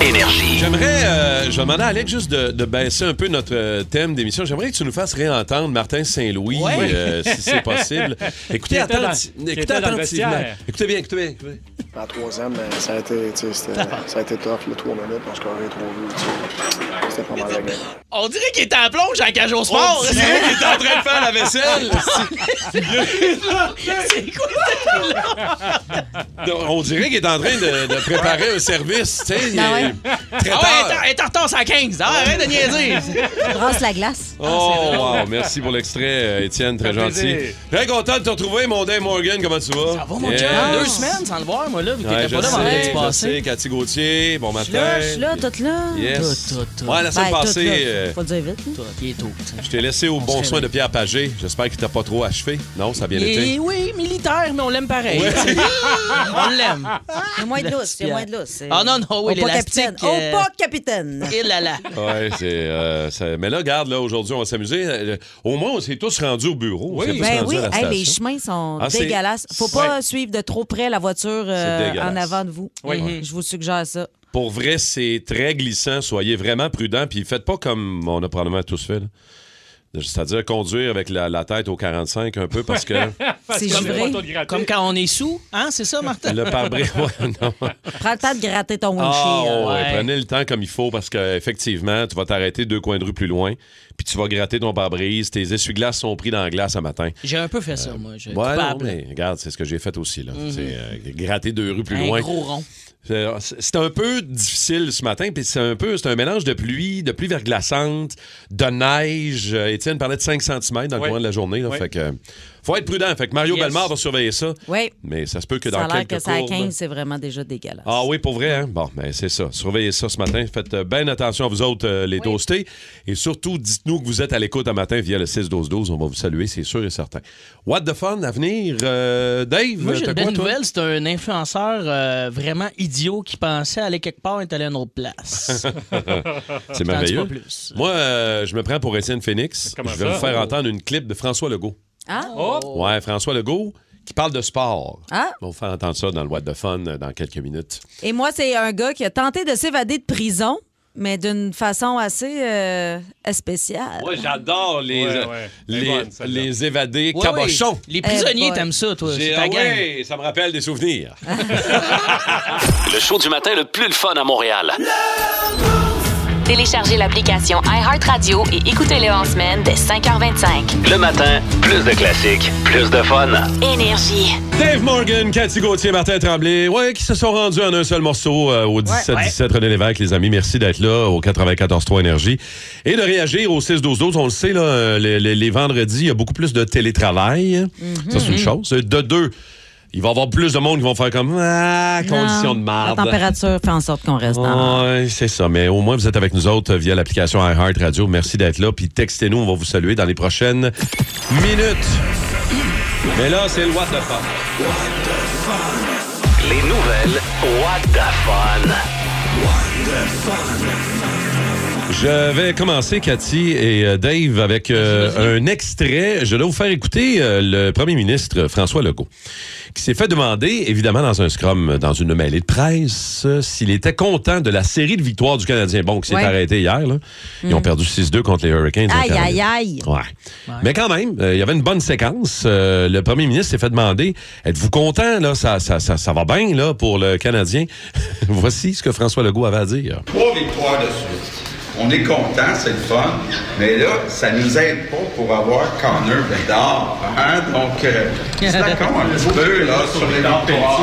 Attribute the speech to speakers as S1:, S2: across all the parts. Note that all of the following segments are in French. S1: Énergie. J'aimerais, euh, je demandais à Alex juste de, de baisser un peu notre euh, thème d'émission. J'aimerais que tu nous fasses réentendre Martin Saint-Louis,
S2: Ouais.
S1: euh, si c'est possible. Écoutez,
S2: Qui était dans-
S1: attenti-
S2: qui
S1: écoutez
S2: était dans le
S1: attentivement.
S2: vestiaire.
S1: Écoutez bien, écoutez bien. écoutez bien.
S3: En trois ans, mais ça a été, tu sais, c'était- ça a été tough, le trois minutes, on scorait trois buts, tu sais. C'était pas mal la game.
S4: On dirait qu'il était en plonge à Cage au sport.
S1: dirait qu'il était en train de faire la vaisselle.
S4: C'est quoi
S1: Donc, On dirait qu'il est en train de, de préparer un service, tu sais.
S5: Ah ouais.
S1: Très
S4: Ah
S1: tard.
S4: ouais, elle est en retard, c'est à 15. Ah, arrête de niaiser.
S5: Brasse la glace.
S4: Ah,
S1: Oh, wow. Merci pour l'extrait, euh, Étienne. Très
S2: Ça fait
S1: gentil.
S2: plaisir.
S1: Très content de te retrouver, mon Dave Morgan. Comment tu vas?
S4: Ça va, mon
S1: Yeah.
S4: gars? Ah, Deux semaines sans le voir, moi, là, vu que
S1: Ouais,
S4: t'étais
S1: je
S4: pas là vendredi
S1: sais, je
S4: passé.
S1: sais, Cathy Gauthier, bon matin.
S5: Là, je suis là, toute là.
S1: Yes.
S4: Tout, tout, tout.
S1: Ouais, la semaine
S5: Ben, toute
S1: passée,
S5: là.
S1: euh,
S5: Faut le dire vite. là.
S4: Toi, qui est tôt.
S1: je t'ai laissé au bon
S4: se
S1: soin de Pierre Pagé. J'espère qu'il t'a pas trop achevé. Non, ça a bien
S4: Et
S1: été.
S4: oui, militaire, mais on l'aime pareil. on l'aime.
S5: Il y a moins de lousse. Il y a moins de lousse.
S4: Ah non, non, oui,
S5: Au pas
S4: l'élastique,
S5: capitaine.
S4: euh,
S5: Ben, Au pas capitaine.
S4: Et là là.
S1: Ouais, c'est. euh, ça- Mais là, regarde, là, aujourd'hui, on va s'amuser. Euh, Au moins, on s'est tous rendus au bureau. On s'est tous
S5: Ben
S1: rendus
S5: oui,
S1: à la
S5: hey, les
S1: station.
S5: chemins sont
S1: Ah, c'est-
S5: dégueulasses. Faut pas suivre de trop près la voiture euh,
S1: C'est dégueulasse.
S5: en avant de vous.
S1: Oui.
S5: Mhm. Je vous suggère ça.
S1: Pour vrai, c'est très glissant. Soyez vraiment prudents. Puis faites pas comme on a probablement tous fait. là. C'est-à-dire conduire avec la, la tête au 45 un peu parce que
S5: C'est
S4: comme-
S5: givré.
S4: Comme quand on est sous, hein, c'est ça, Martin?
S1: le pare-brise. Ouais, non.
S5: Prends le temps de gratter ton windshield.
S1: Ah, ouais,
S4: ouais.
S1: Prenez le temps comme il faut parce qu'effectivement, tu vas t'arrêter deux coins de rue plus loin, puis tu vas gratter ton pare-brise. Tes essuie-glaces sont pris dans la glace ce matin.
S4: J'ai un peu fait ça, moi. Je
S1: Ouais, non,
S4: coupable.
S1: mais regarde, c'est ce que j'ai fait aussi. Là. C'est, euh, gratter deux rues plus
S4: un
S1: loin.
S4: gros rond.
S1: C'est euh, c'est un peu difficile ce matin, puis c'est un peu c'est un mélange de pluie, de pluie verglaçante, de neige. Euh, Étienne parlait de 5 cm dans le
S2: Ouais.
S1: courant de la journée. là.
S2: Ouais.
S1: Fait que, euh, faut être prudent. Fait que Mario
S4: Yes.
S1: Bellemare va surveiller ça.
S5: Oui.
S1: Mais ça se peut que
S5: Ça
S1: dans
S5: a l'air
S1: quelques
S5: que ça à
S1: courbes-
S5: 15, c'est vraiment déjà dégueulasse.
S1: ah oui, pour vrai, hein? Bon, ben c'est ça. Surveillez ça ce matin. Faites euh, bien attention à vous autres, euh, les toastés. Et surtout, dites-nous que vous êtes à l'écoute un matin via le 6-12-12. On va vous saluer, c'est sûr et certain. What the fun à venir, euh, Dave?
S4: Moi, j'ai
S1: t'as
S4: une
S1: quoi,
S4: bonne
S1: toi?
S4: nouvelle. C'est un influenceur euh, vraiment idiot qui pensait aller quelque part et est allé à une autre place.
S1: C'est
S4: T'en dis
S1: merveilleux.
S4: pas plus.
S1: Moi, euh, je me prends pour Étienne Phoenix.
S2: Comment
S1: je vais
S2: ça? Oh.
S1: vous faire entendre une clip de François Legault.
S5: Ah,
S6: Oh.
S1: Ouais, François Legault qui parle de sport.
S5: Ah.
S1: On va vous faire entendre ça dans le What the Fun euh, dans quelques minutes.
S5: Et moi, c'est un gars qui a tenté de s'évader de prison, mais d'une façon assez euh, spéciale.
S1: Moi, j'adore les, euh,
S2: Ouais, ouais.
S1: les,
S2: Elle est bonne, celle-là.
S1: les évadés
S4: Ouais,
S1: cabochons.
S4: ouais. Les
S5: Eh
S4: prisonniers,
S5: boy.
S4: t'aimes ça, toi.
S1: J'ai-
S4: C'est
S1: ah
S4: ta gang.
S1: ouais, ça me rappelle des souvenirs.
S7: Le show du matin le plus le fun à Montréal.
S8: Téléchargez l'application iHeartRadio et écoutez-le en semaine dès 5h25.
S7: Le matin, plus de classiques, plus de fun.
S8: Énergie.
S1: Dave Morgan, Cathy Gauthier, Martin Tremblay, ouais, qui se sont rendus en un seul morceau euh, au 17-17 René Lévesque, les amis. Merci d'être là au 94-3 Énergie. Et de réagir au 6-12-12. On le sait, là, euh, les, les- les vendredis, il y a beaucoup plus de télétravail.
S4: Mhm.
S1: Ça, c'est une chose. De deux, il va y avoir plus de monde qui vont faire comme Ah, conditions de
S5: Non,
S1: marde. Oh.
S5: La température fait en sorte qu'on reste dans.
S1: Ouais, c'est ça. Mais au moins, vous êtes avec nous autres via l'application iHeart Radio. Merci d'être là. Puis textez-nous, on va vous saluer dans les prochaines minutes. Mais là, c'est le What the Fuck.
S7: Les nouvelles, what the fun.
S1: Je vais commencer, Cathy et euh, Dave, avec euh, un extrait. Je dois vous faire écouter euh, le premier ministre euh, François Legault, qui s'est fait demander, évidemment dans un scrum, euh, dans une mêlée de presse, euh, s'il était content de la série de victoires du Canadien. Bon, qui s'est
S5: Ouais. Mm.
S1: arrêtée hier. Là. Ils ont perdu 6-2 contre les Hurricanes. en
S5: Aïe, aïe,
S1: Caroline.
S5: aïe.
S1: Ouais. Mais quand même, euh, il y avait une bonne séquence. Euh, le premier ministre s'est fait demander Êtes-vous content, là, ça, ça, ça, ça va bien là, pour le Canadien Voici ce que François Legault avait à dire.
S9: Trois victoires de suite. On est content, c'est le fun, mais là, ça nous aide pas pour avoir Connor Bedard. Hein? Donc, euh, slackons un petit peu là, sur les victoires.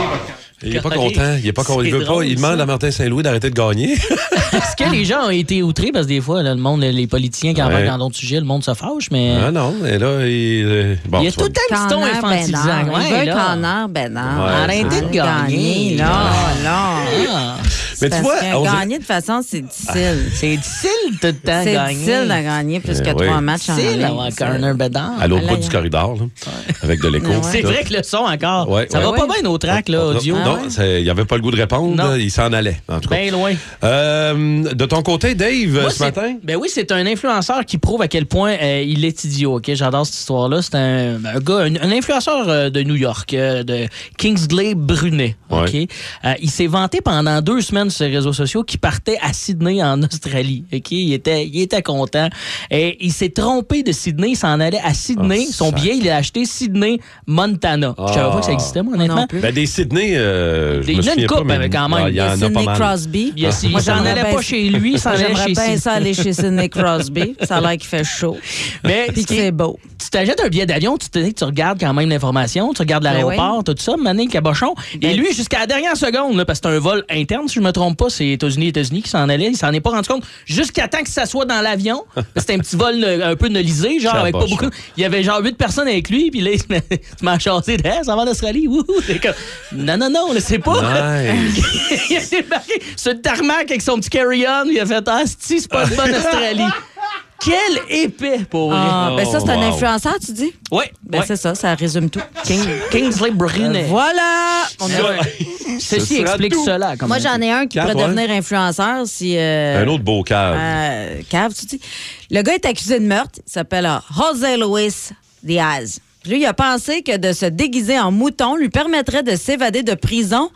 S1: Il est pas
S6: Cartagé.
S1: content. Il est pas content. Il
S6: C'est
S1: veut pas.
S6: drôle,
S1: Il demande
S6: ça.
S1: à Martin Saint-Louis d'arrêter de gagner.
S6: Est-ce que les gens ont été outrés? Parce que des fois, là, le monde, les politiciens qui en
S1: Ouais.
S6: parlent dans d'autres sujets, le monde se fâche, mais
S1: ah non, et là, il. euh, Bon,
S6: il y a
S1: tu
S6: tout
S1: vois.
S6: le temps un petit ton
S5: Connard,
S6: infantilisant.
S5: Bénard.
S6: Ouais,
S5: Il veut
S6: là.
S5: Connard Bénard.
S1: Ouais,
S6: Arrêtez
S1: c'est
S6: de gagner,
S5: Non,
S6: là.
S5: non.
S6: Ah,
S1: Mais tu
S5: Parce
S1: vois,
S5: que
S1: on dirait-
S5: gagner, de façon, c'est difficile.
S6: c'est difficile tout le temps
S5: C'est
S6: gagner.
S5: difficile de gagner plus
S1: Eh
S5: que
S1: oui.
S5: trois matchs en
S6: difficile d'avoir
S5: ligne.
S6: un corner bedard.
S1: à l'autre bout
S5: Là,
S1: du
S5: il-
S1: corridor, là, avec de l'écho.
S5: Ouais.
S6: C'est
S1: Là.
S6: vrai que le son encore,
S1: Ouais,
S6: ça
S1: ouais.
S6: va
S5: Ah
S6: pas
S5: ouais?
S6: bien nos tracks là,
S1: Non,
S6: audio.
S1: Non, Ah c'est- il n'y avait pas le goût de répondre.
S6: Non.
S1: là, Il s'en allait, en tout cas.
S6: Bien loin.
S1: Euh, de ton côté, Dave,
S6: Moi,
S1: Euh, ce
S6: c'est-
S1: matin?
S6: Ben oui, c'est un influenceur qui prouve à quel point euh, il est idiot. Ok, j'adore cette histoire-là. C'est un, un gars, un, un influenceur euh, de New York, euh, de Kingsley Brunet. Ok,
S1: Ouais.
S6: Euh, il s'est vanté pendant deux semaines sur ses réseaux sociaux qu'il partait à Sydney en Australie. Ok, il était, il était content. Et il s'est trompé de Sydney. Il s'en allait à Sydney.
S1: Ah,
S6: Son
S1: sac.
S6: billet, il l'a acheté Sydney Montana. Je savais pas que ça existait, moi,
S5: Ah. Moi non
S6: honnêtement.
S5: plus.
S1: Ben, des Sydney, euh, je
S6: Il y
S1: me
S6: en a une
S1: souviens pas,
S6: couple,
S1: mais
S6: mais quand même,
S1: ah, il y en a pas
S5: Sidney
S1: mal. Ah.
S5: Crosby.
S6: Il, il
S5: Moi,
S6: s'en
S5: j'aimerais
S6: allait
S5: bien-
S6: pas chez lui, il s'en allait
S5: J'aimerais
S6: chez
S5: bien
S6: Sydney.
S5: ça aller chez Sidney Crosby. Ça a l'air qu'il fait chaud.
S6: Mais
S5: Puis
S6: ce qui
S5: que c'est beau.
S6: tu t'achètes un billet d'avion, tu, te- tu regardes quand même l'information, tu
S5: Ben
S6: regardes l'aéroport, tout ça, mané le cabochon. Et lui, jusqu'à la dernière seconde, là, parce que c'est un vol interne, si je me trompe pas, c'est États-Unis, États-Unis qui s'en allait, il s'en est pas rendu compte, jusqu'à temps que ça soit dans l'avion. C'était un petit vol euh, un peu nolisé, genre
S1: Ça
S6: avec pas
S1: bosse,
S6: beaucoup.
S1: ça.
S6: Il y avait genre huit personnes avec lui, puis là, il se met- tu m'as chassé, hey, ça va en Australie, wouhou! T'es comme, non, non, non, là, c'est pas.
S1: Nice.
S6: il a débarqué sur le tarmac avec son petit carry-on, il a fait, ah, c'ti, c'est pas de bonne Australie. Quel épais pour vrai.
S5: Ah, ben ça, c'est un
S1: wow.
S5: influenceur, tu dis?
S6: Ouais,
S5: Ben
S6: ouais.
S5: c'est ça, ça résume tout. Ah,
S6: King- Kingsley Brunet.
S5: Voilà! On a-
S6: Ceci explique cela. Comme
S5: Moi, j'en ai un qui
S1: Quatre,
S5: pourrait
S1: ouais.
S5: devenir influenceur si... euh,
S1: Un autre beau cave.
S5: euh, cave, tu dis. Le gars est accusé de meurtre. Il s'appelle euh, José Luis Diaz. Puis lui, il a pensé que de se déguiser en mouton lui permettrait de s'évader de prison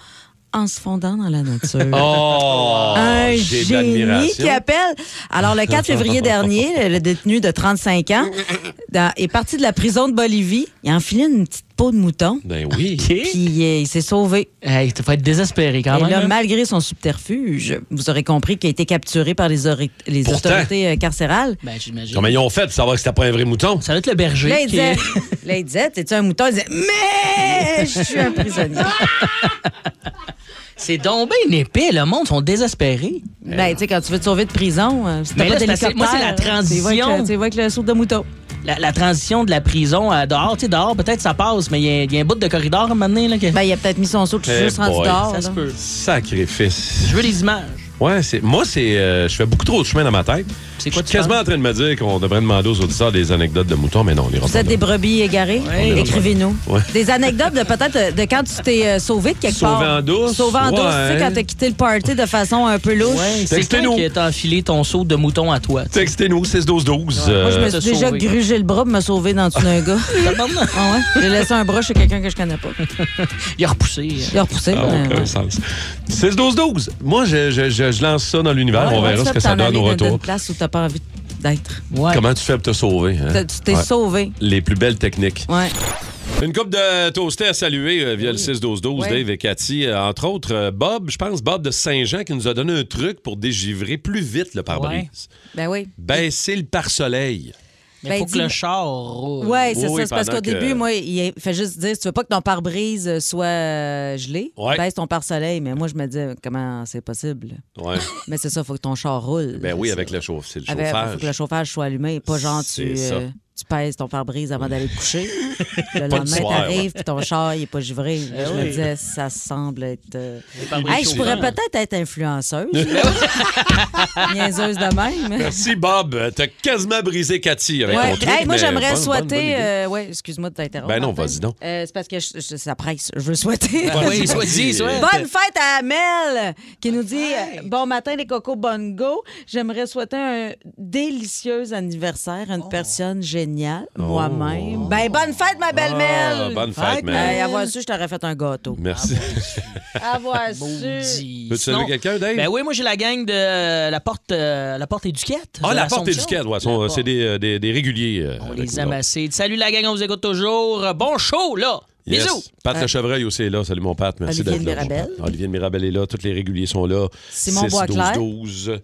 S5: en se fondant dans la nature.
S1: Oh!
S5: un
S1: j'ai de
S5: génie
S1: l'admiration.
S5: qui appelle. Alors, le 4 février dernier, le détenu de 35 ans dans- est parti de la prison de Bolivie. Il a enfilé une petite peau de mouton.
S1: Ben oui.
S5: Puis euh, il s'est sauvé.
S6: Hey, tu vas être désespéré quand
S5: Et
S6: même. hein?
S5: là,
S6: là.
S5: malgré son subterfuge, vous aurez compris qu'il a été capturé par les, ori- les
S1: Pourtant.
S5: autorités euh, carcérales.
S6: Ben, j'imagine.
S1: Comment ils ont fait de savoir que c'était pas un vrai mouton?
S6: Ça doit être le berger.
S5: Là, il
S6: qui-
S5: disait, là, il disait, t'es-tu un mouton? Il disait, mais je suis un prisonnier.
S6: C'est tombé une épée. Le monde sont désespérés.
S5: ben, tu sais, quand tu veux te sauver de prison, euh, si t'as
S6: Mais
S5: pas
S6: là, c'est parce que-
S5: d'hélicoptère.
S6: moi, c'est la
S5: Tu vois
S6: transition.
S5: avec le- tu vois avec le soupe de mouton.
S6: La, la transition de la prison à dehors, tu sais, dehors, peut-être ça passe, mais il y a- il y, a un bout de corridor à un moment donné. Là, que...
S5: Ben, il a peut-être mis son saut tout
S1: Eh
S5: juste rendu
S1: boy.
S5: dehors.
S6: ça se
S5: là.
S6: peut.
S1: Sacrifice.
S6: Je veux les images.
S1: Ouais, c'est moi c'est euh, je fais beaucoup trop de chemin dans ma tête.
S6: C'est quoi,
S1: Je
S6: tu
S1: suis quasiment en train de me dire qu'on devrait demander aux auditeurs des anecdotes de moutons, mais non, on ira
S5: Vous
S1: pas
S5: êtes
S1: là.
S5: des brebis égarées?
S6: Ouais.
S5: Écrivez-nous.
S1: Ouais.
S5: Des anecdotes de peut-être euh, de quand tu t'es euh, sauvé de quelque part.
S1: Sauvé en douce,
S5: Sauvé en douce, tu
S1: ouais.
S5: sais, quand t'as quitté le party de façon un peu louche.
S6: Ouais, c'est
S1: Textez-nous.
S6: toi qui as enfilé ton seau de mouton à toi. tu sais.
S1: Textez-nous 6 12 12.
S5: Moi, je me
S6: Euh,
S5: suis
S6: te
S5: déjà
S6: sauver.
S5: grugé le bras pour me sauver dans le d'un gars. Ah ouais? J'ai laissé un bras chez quelqu'un que je connais pas.
S6: Il a repoussé.
S5: Il a repoussé.
S1: Ah,
S5: mais-
S1: 6 12 12. Moi je, je- je- je lance ça dans l'univers,
S5: Ouais,
S1: Ben, on
S5: ouais,
S1: verra
S5: tu
S1: ce
S5: fais
S1: que ça
S5: pour t'en
S1: donne au
S5: aller d'une-
S1: retour.
S5: d'une place où t'as pas envie d'être.
S6: Ouais.
S1: Comment tu fais pour te sauver hein?
S5: T'as- Tu t'es
S1: Ouais.
S5: sauvé.
S1: Les plus belles techniques.
S5: Ouais.
S1: Une coupe de toastés à saluer euh, via le 6-12-12,
S5: Oui.
S1: Dave et Cathy. Euh, Entre autres, euh, Bob, je pense Bob de Saint-Jean qui nous a donné un truc pour dégivrer plus vite le pare-brise.
S5: Ben oui.
S1: Baisser le pare-soleil.
S6: Mais
S5: Ben,
S6: faut que
S5: dis-
S6: le char roule.
S5: Ouais, c'est
S1: Oui,
S5: ça. C'est parce
S1: pendant
S5: qu'au
S1: que-
S5: début, moi, il fait juste dire si tu veux pas que ton pare-brise soit euh, gelé,
S1: Ouais.
S5: baisse ton pare-soleil. Mais moi, je me disais, comment c'est possible?
S1: Ouais.
S5: Mais c'est ça, il faut que ton char roule.
S1: ben oui, avec
S5: le
S1: le chauffe, c'est le
S5: chauffage. Il faut que le
S1: chauffage.
S5: chauffage soit allumé, pas genre
S1: C'est
S5: tu,
S1: ça.
S5: euh, tu pèses ton pare-brise avant d'aller te coucher. le
S1: Pas de
S5: lendemain,
S1: soir, Ben
S5: t'arrives, puis ton char, il est pas givré. Là, je me disais, ça semble être. euh,
S6: pare-brise
S5: Hey, je pourrais
S6: chauffants.
S5: peut-être être influenceuse. Niaiseuse de même.
S1: Merci, Bob. Euh, T'as quasiment brisé Cathy avec
S5: Ouais.
S1: ton truc.
S5: Hey, moi,
S1: mais
S5: j'aimerais
S1: bonne- bonne- bonne
S5: souhaiter.
S1: idée.
S5: euh, ouais, excuse-moi de t'interrompre.
S1: Ben non,
S5: Martin.
S1: vas-y donc. Ah
S5: Euh, c'est parce que je, je- ça presse. Je veux souhaiter.
S1: Bonne
S6: Oui,
S1: idée.
S6: soit dit, soit-
S5: Bonne fête à Amel qui nous dit euh, Bon matin, les cocos bongo. J'aimerais souhaiter un délicieux anniversaire à une personne géniale, moi-même. Ben, bonne fête, ma belle
S1: Oh. Ah,
S5: Mel.
S1: bonne fête,
S6: Fête,
S1: man.
S5: Hey, avoir su, je t'aurais fait un gâteau.
S1: Merci.
S6: Ah,
S5: Avoir su.
S6: Dis-
S1: Peux-tu
S6: sinon-
S1: saluer quelqu'un, Dave?
S6: Ben oui, moi j'ai la gang de euh, la porte, euh, la porte éduquette.
S1: Ah,
S6: de
S1: la porte
S6: l'Assomption.
S1: éduquette, ouais, sont-
S6: La
S1: c'est
S6: porte.
S1: des, euh, des- des réguliers. euh,
S6: On
S1: avec
S6: les
S1: nous
S6: aime
S1: autres.
S6: assez. Salut la gang, on vous écoute toujours. Euh, Bon show, là.
S1: Yes.
S6: Bisous.
S1: Pat Le Chevreuil aussi est là. Salut mon Pat. Merci
S5: Olivier
S1: d'être là.
S5: de Mirabel.
S1: Olivier de Mirabel est là. Tous les réguliers sont là.
S5: Simon
S1: 6,
S5: Boisclair.
S1: 12, 12.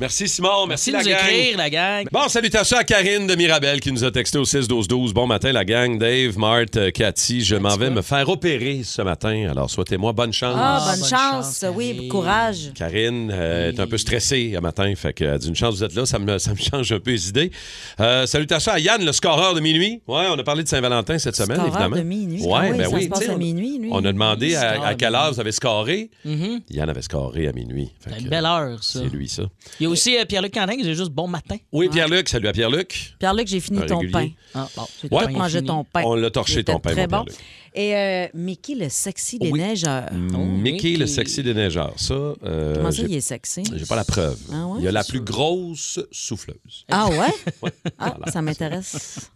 S1: Merci Simon, merci,
S6: Merci de nous
S1: la gang.
S6: écrire, la gang.
S1: Bon, salutations à Karine de Mirabel qui nous a texté au 6-12-12. Bon matin, la gang. Dave, Marthe, euh, Cathy, je m'en vais me faire opérer ce matin. Alors, souhaitez-moi bonne chance.
S5: Ah,
S6: Ah,
S5: bonne,
S6: bonne
S5: chance.
S6: chance,
S5: Oui,
S6: Karine.
S5: courage.
S1: Karine euh, est un peu stressée ce matin. Fait que, euh, d'une chance, vous êtes là. Ça me, ça me change un peu les idées. Euh, salutations à Yann, le scoreur de minuit. Ouais, on a parlé de Saint-Valentin cette semaine,
S5: Scoreur
S1: évidemment.
S5: de minuit.
S1: Ouais,
S5: Ah oui,
S1: ben
S5: ça
S1: oui,
S5: se passe
S1: tu sais,
S5: à
S1: on-
S5: minuit, lui.
S1: On a demandé à,
S6: Scoreur
S1: à
S6: de
S1: quelle heure vous avez scoré.
S6: Mhm.
S1: Yann avait scoré à minuit. Fait
S6: C'est
S1: que,
S6: une belle heure, ça.
S1: C'est lui, ça.
S6: Il y a aussi euh, Pierre-Luc Quentin qui dit juste bon matin.
S1: Oui, Pierre-Luc. Salut à Pierre-Luc.
S5: Pierre-Luc, j'ai fini
S1: Un
S5: ton
S1: régulier.
S5: pain.
S6: Ah, bon,
S5: J'ai
S1: Ouais.
S5: tout mangé ton pain.
S1: On l'a torché,
S5: Il était
S1: ton pain,
S5: très
S1: mon
S5: bon. Et euh, Mickey, le sexy des
S1: Oui.
S5: neigeurs.
S1: Mickey, le
S6: Mickey.
S1: sexy des neigeurs. Ça, euh,
S5: Euh, oh, Comment ça,
S1: j'ai-
S5: il est sexy?
S1: j'ai pas la preuve.
S5: Ah ouais,
S1: il a la
S5: c'est
S1: plus grosse souffleuse.
S5: Ah ouais? Ah,
S1: voilà.
S5: ça m'intéresse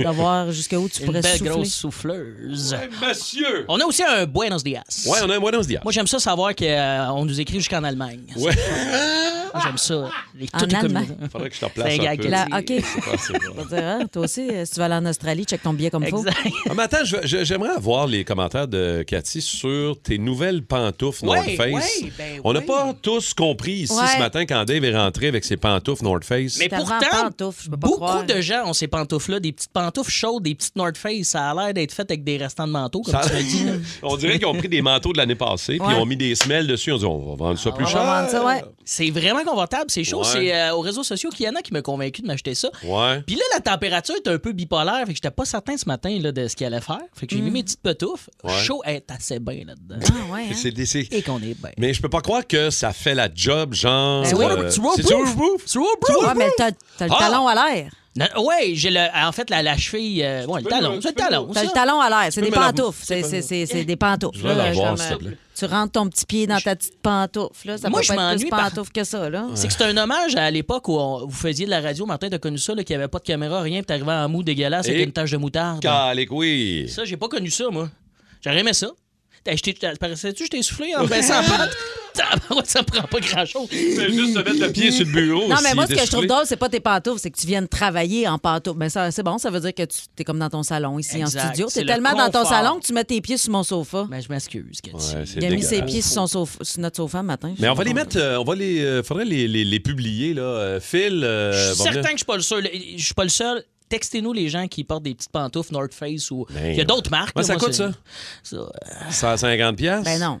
S5: de voir jusqu'où tu
S6: Une
S5: pourrais
S6: belle
S5: souffler.
S6: grosse souffleuse.
S1: Monsieur!
S6: On a aussi un Buenos Dias.
S1: Ouais, on a un mois d'once d'hier.
S6: Moi, j'aime ça savoir qu'on nous écrit jusqu'en Allemagne.
S1: Ouais.
S6: Moi, J'aime ça. Les-
S5: En
S6: toutes les
S5: Allemagne.
S6: communes.
S1: Ah! Faudrait que je te replace
S6: C'est un
S1: un
S6: gag
S1: peu.
S6: que
S5: Là,
S6: tu-
S5: OK.
S6: Ah,
S5: Je veux dire, hein, toi aussi, euh, si tu vas aller en Australie, check ton billet comme il faut.
S6: Exact.
S1: Ah, mais attends, je- je- j'aimerais avoir les commentaires de Cathy sur tes nouvelles pantoufles North
S6: Ouais,
S1: Face.
S6: ouais, ben
S1: on n'a
S6: ouais.
S1: pas tous compris ici
S5: Ouais.
S1: ce matin quand Dave est rentré avec ses pantoufles North Face.
S6: Mais
S5: Tellement
S6: pourtant,
S5: pantoufles, je peux pas
S6: beaucoup
S5: croire.
S6: de gens ont ces pantoufles-là, des petites pantoufles chaudes, des petites North Face. Ça a l'air d'être fait avec des restants de manteaux, comme
S1: Ça-
S6: tu l'as dit. là.
S1: on dirait qu'ils ont pris des manteaux de l'année passée, puis
S5: Ouais. Ah,
S1: ils ont mis des semelles dessus. On dit, on va vendre ça
S5: On
S1: plus
S5: va
S1: cher.
S5: vendre ça, ouais.
S6: C'est vraiment confortable, c'est chaud.
S1: Ouais.
S6: C'est euh, aux réseaux sociaux qu'il y en a qui m'a convaincu de m'acheter ça.
S1: Ouais.
S6: Puis là, la température est un peu bipolaire, fait que j'étais pas certain ce matin là, de ce qu'il allait faire. Fait que j'ai mis mes petites petoufles.
S1: Ouais.
S6: Chaud est assez bien là-dedans.
S5: Mm. Ah ouais, hein?
S1: C'est des- c'est-
S6: Et qu'on est bien.
S1: Mais je peux pas croire que ça fait la job, genre. euh,
S5: Ben oui.
S6: Tu vois,
S1: c'est
S6: proof.
S1: waterproof?
S6: Tu vois, bro?
S5: Ouais, mais t'as t'as le
S1: Ah!
S5: talon à l'air.
S6: Non, ouais, j'ai le, en fait la, la cheville. euh, ouais, le
S1: peux
S6: talon.
S1: le-
S6: C'est le
S1: tu peux
S6: talon.
S5: T'as le
S6: ça.
S5: talon à l'air. C'est
S1: peux
S5: des
S1: me la-
S5: pantoufles. C'est- C'est c'est- c'est des pantoufles.
S1: Je vais la
S5: Là,
S1: voir,
S5: je euh,
S1: s'il te plaît.
S5: Tu rentres ton petit pied dans ta petite pantoufle. Là. Ça
S6: Moi,
S5: peut
S6: je
S5: pas être plus
S6: m'ennuie par-
S5: pantoufle que ça. Là.
S6: C'est que c'est un hommage à l'époque où on- vous faisiez de la radio, Martin, t'as connu ça, là, qu'il n'y avait pas de caméra, rien, puis t'arrivais en mou dégueulasse
S1: Et-
S6: avec une tache de moutarde.
S1: Calique, oui.
S6: Ça, j'ai pas connu ça, moi. J'aurais aimé ça. T'as acheté, t'as- paraissais-tu, que je t'ai soufflé en baissant la patte? Tabarouette, ça prend pas grand-chose.
S1: C'est juste se mettre le pied sur le bureau.
S5: Non, mais moi, ce que je
S1: déchiffler.
S5: trouve drôle, c'est pas tes pantoufles, c'est que tu viennes travailler en pantoufles. Mais ça, c'est bon, ça veut dire que tu es comme dans ton salon ici
S6: Exact.
S5: en studio. Tu
S6: C'est
S5: es
S6: le
S5: tellement dans ton
S6: confort.
S5: salon que tu mets tes pieds sur mon sofa.
S6: Ben, je m'excuse, Cathy.
S1: Ouais, c'est
S5: Il a mis ses
S1: dégueulasse.
S5: pieds sur, son sofa, sur notre sofa le matin.
S1: Mais on va les mettre, euh, on va les, euh, faudrait les, les, les publier là. Euh, Phil, euh,
S6: Je suis
S1: va
S6: certain
S1: venir.
S6: que je suis pas le seul. Je suis pas le seul. Textez-nous les gens qui portent des petites pantoufles North Face ou.
S1: Ben,
S6: Il y a d'autres marques.
S1: Moi,
S6: là,
S1: ça coûte
S6: c'est-
S1: ça?
S6: ça, euh,
S1: 150 pièces.
S5: Ben non.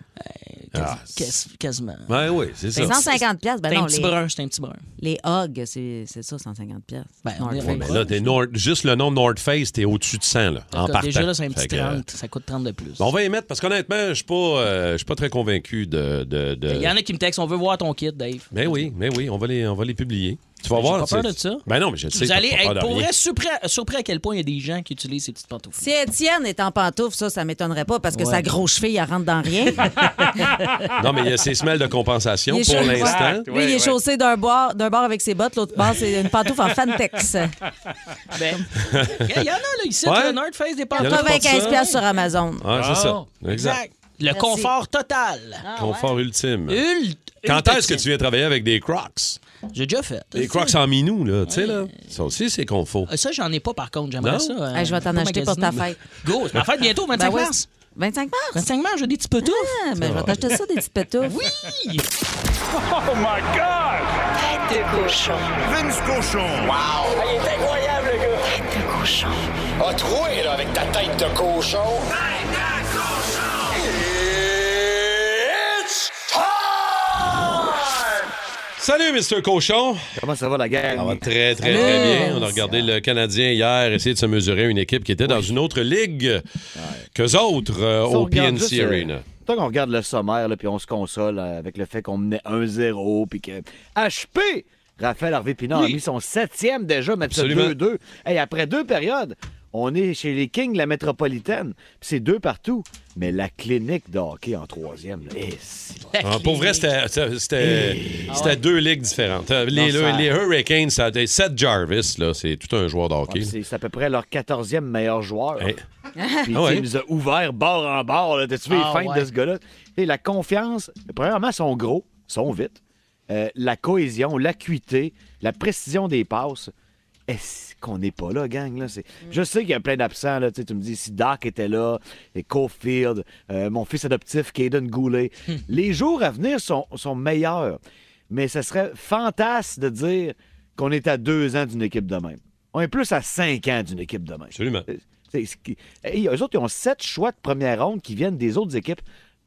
S6: quas- quasiment.
S1: Ah, Ben oui, c'est ça.
S6: Ben,
S5: 150 pièces. Ben
S6: C'est un
S5: non,
S6: petit
S5: les,
S6: brun, c'est un petit brun.
S5: les hogs, c'est c'est ça, 150 pièces.
S6: Ben, on
S5: North
S6: est-
S5: Face.
S1: Ouais, mais là, t'es Nord- juste le nom North Face, t'es au-dessus de 100 là, en
S6: Comme
S1: partant.
S6: Déjà, là, c'est un
S1: Fait
S6: petit
S1: que, euh,
S6: 30. Ça coûte 30 de plus.
S1: ben, on va y mettre parce qu'honnêtement, je suis pas, euh, je suis pas très convaincu de. de, de-
S6: Il Ben, y en a qui me textent, on veut voir ton kit, Dave.
S1: Mais oui, mais oui, on va les, on va les publier. Tu vas
S6: Ben, j'ai
S1: voir.
S6: pas peur
S1: c'est-
S6: de ça.
S1: Ben non, mais je le sais.
S6: Vous
S1: t'as
S6: allez
S1: pas peur
S6: être
S1: de
S6: pour
S1: rien.
S6: vrai surpris, surpris à quel point il y a des gens qui utilisent ces petites pantoufles.
S5: Si Étienne est en pantoufle, ça, ça m'étonnerait pas parce que
S6: Ouais.
S5: sa grosse cheville, elle rentre dans rien.
S1: Non, mais il y a ces semelles de compensation
S5: Il est
S1: pour
S5: chaussé-
S1: l'instant.
S5: Lui, il est chaussé d'un bord, d'un bord avec ses bottes, l'autre bord, c'est une pantoufle en fantex.
S6: Ben, il y en a, là, ici,
S1: Ouais.
S6: le North Face
S1: Il y
S6: des
S1: en a qui
S6: pantoufles.
S1: portent ça.
S5: 95 pièces sur Amazon.
S1: Ah, c'est ça. Exact.
S6: Le confort
S10: Ah,
S6: total.
S1: Confort ultime.
S6: Ult-
S1: Quand est-ce que
S6: ultime.
S1: tu viens travailler avec des Crocs?
S6: J'ai déjà fait.
S1: Des Crocs en minou, là, tu sais, là. Ça aussi, c'est
S10: Ah,
S1: confort.
S6: Euh, Ça, j'en ai pas, par contre.
S1: Non?
S6: J'aimerais ça. euh,
S5: Hey, je vais t'en
S6: pas
S5: acheter pour ta
S6: magasiner.
S5: fête.
S6: Go, c'est ma fête bientôt, 25
S5: Ben ouais,
S6: mars.
S5: 25 mars?
S6: 25 mars, j'ai des petits pantoufles.
S5: Ah, ben, je vais t'acheter ça, des petits pétoufles.
S6: Oui!
S11: Oh
S12: Tête de cochon.
S11: Vince Cochon.
S12: Ah, il est incroyable, le gars. Tête de cochon.
S11: A troué, là, avec ta tête de cochon. Tête de cochon! It's time!
S1: Salut, Mr. Cochon.
S10: Comment ça va la
S1: Ça
S10: gang?
S1: va très, très, très bien. On a regardé le Canadien hier essayer de se mesurer à une équipe qui était dans une autre ligue qu'eux autres euh,
S10: Si on
S1: au
S10: regarde
S1: PNC
S10: juste, euh,
S1: Arena.
S10: Tant qu'on regarde le sommaire, là, puis on se console euh, avec le fait qu'on menait 1-0, puis que HP, Raphaël Harvey Pinard a mis son septième déjà, mais c'est
S1: Absolument.
S10: 2-2. Hey, après deux périodes, on est chez les Kings, de la métropolitaine, puis c'est deux partout. Mais la clinique de hockey en troisième, là, eh, c'est bon.
S1: Ah, pour vrai, c'était c'était- c'était- c'était deux ligues différentes. Euh, Les,
S10: Ah, Non, ça-
S1: les Hurricanes, ça a été Seth Jarvis, là, c'est tout un joueur de hockey.
S10: Ouais, c'est c'est à peu près leur quatorzième meilleur joueur.
S1: Hey.
S10: Puis
S1: Ah ouais.
S10: il nous a ouvert bord en bord. là. T'as-tu vu les
S6: Ah
S10: feintes
S6: ouais.
S10: de ce gars-là? Et la confiance, premièrement, sont gros, sont vite. Euh, la cohésion, l'acuité, la précision des passes. Est-ce qu'on n'est pas là, gang? Là? C'est-
S6: Mm.
S10: Je sais qu'il y a plein d'absents. Là, tu sais, tu me dis si Doc était là, et
S6: Hmm.
S10: Caulfield, euh, mon fils adoptif, Caden Goulet. Les jours à venir sont, sont meilleurs. mais ce serait fantastique de dire qu'on est à deux ans d'une équipe de même. On est plus à cinq ans d'une équipe de même.
S1: Absolument.
S10: eux autres, ils ont sept choix de première ronde qui viennent des autres équipes,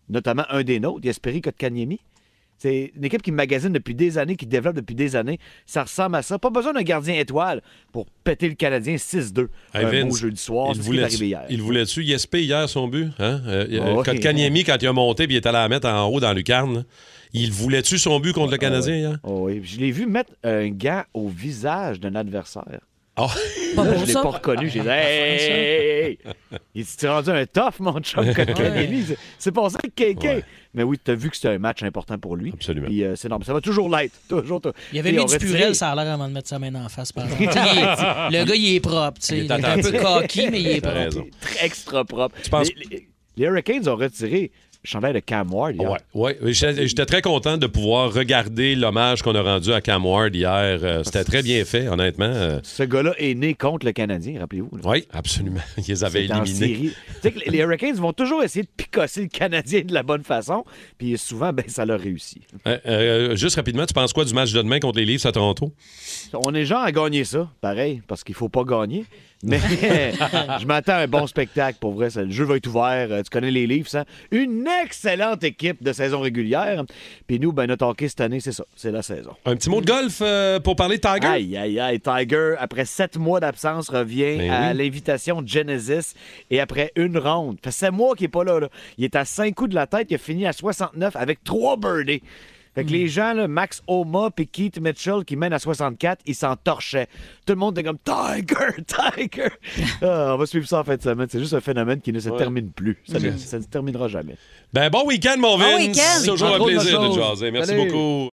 S10: notamment un des nôtres, Yasperi Kotkaniemi. C'est une équipe qui magasine depuis des années, qui développe depuis des années. Ça ressemble à ça. Pas besoin d'un gardien étoile pour péter le Canadien 6-2.
S1: Hey,
S10: un
S1: Vince,
S10: beau jeu du soir,
S1: il
S10: c'est ce qui est
S1: voulait
S10: arrivé hier.
S1: Il voulait-tu Yespé hier son but? Hein? Euh,
S10: Ah ouais.
S1: euh, Kotkaniemi, quand il a monté puis il est allé la mettre en haut dans la lucarne, il voulait-tu son but contre le Canadien hein?
S10: Ah ouais.
S1: hier?
S10: Ah oui. Je l'ai vu mettre un gant au visage d'un adversaire.
S1: Pas
S10: Là,
S1: bon,
S10: je l'ai
S1: ça.
S10: pas reconnu.
S6: Ah,
S10: J'ai dit, hey,
S1: ça.
S10: hey, hey, hey. Il s'est rendu un tough, mon chum, Kotkaniemi. C'est- C'est pour ça que KK. Mais oui, tu as vu que c'était un match important pour lui. Absolument. c'est normal. Ça va toujours l'être. Toujours, toujours.
S6: Il avait
S10: Et
S6: mis
S10: on
S6: du
S10: retire-
S6: purel, ça a l'air avant de mettre sa main en face. Par exemple. Tu sais, il est- le gars, il est propre. tu sais. Il, est un peu coquille, mais il est
S10: T'as
S6: propre.
S10: raison. Très extra propre. les, les- les Hurricanes ont retiré le chandail de Cam Ward. hier.
S1: Oui, j'étais j'étais très content de pouvoir regarder l'hommage qu'on a rendu à Cam Ward hier. Euh, C'était très bien fait, honnêtement. Euh,
S10: Ce gars-là est né contre le Canadien, rappelez-vous. là.
S1: oui, absolument. Ils les avaient
S10: C'est en
S1: éliminés.
S10: série. Tu sais que les- les Hurricanes vont toujours essayer de picosser le Canadien de la bonne façon, puis souvent, ben, ça leur réussit.
S1: Euh, euh, juste rapidement, tu penses quoi du match de demain contre les Leafs à Toronto?
S10: On est genre à gagner ça, pareil, parce qu'il faut pas gagner. Mais je m'attends à un bon spectacle, pour vrai. ça- Le jeu va être ouvert. euh, Tu connais les livres, ça. Une excellente équipe de saison régulière. Puis nous, ben, notre hockey cette année, c'est ça. C'est la saison.
S1: Un petit mot de golf euh, pour parler de Tiger.
S10: Aïe, aïe, aïe. Tiger, après sept mois d'absence, revient
S1: Ben
S10: à
S1: oui.
S10: l'invitation de Genesis et après une ronde. Fait sept mois qu'il est pas là, là. Il est à cinq coups de la tête. Il a fini à 69 avec trois birdies. Fait
S11: Hmm.
S10: que les gens, là, Max Homa et Keith Mitchell qui mènent à 64, ils s'en torchaient. Tout le monde était comme Tiger, Tiger. Ah, on va suivre ça en fin de semaine. C'est juste un phénomène qui ne se termine plus. Ça, ne-
S1: Mm.
S10: ça ne se terminera jamais.
S1: Ben, bon week-end, mon
S10: Bon
S1: Vince.
S10: week-end.
S1: C'est toujours un
S10: Entre autres
S1: plaisir de
S10: choses.
S1: jaser. Merci
S10: Salut.
S1: beaucoup.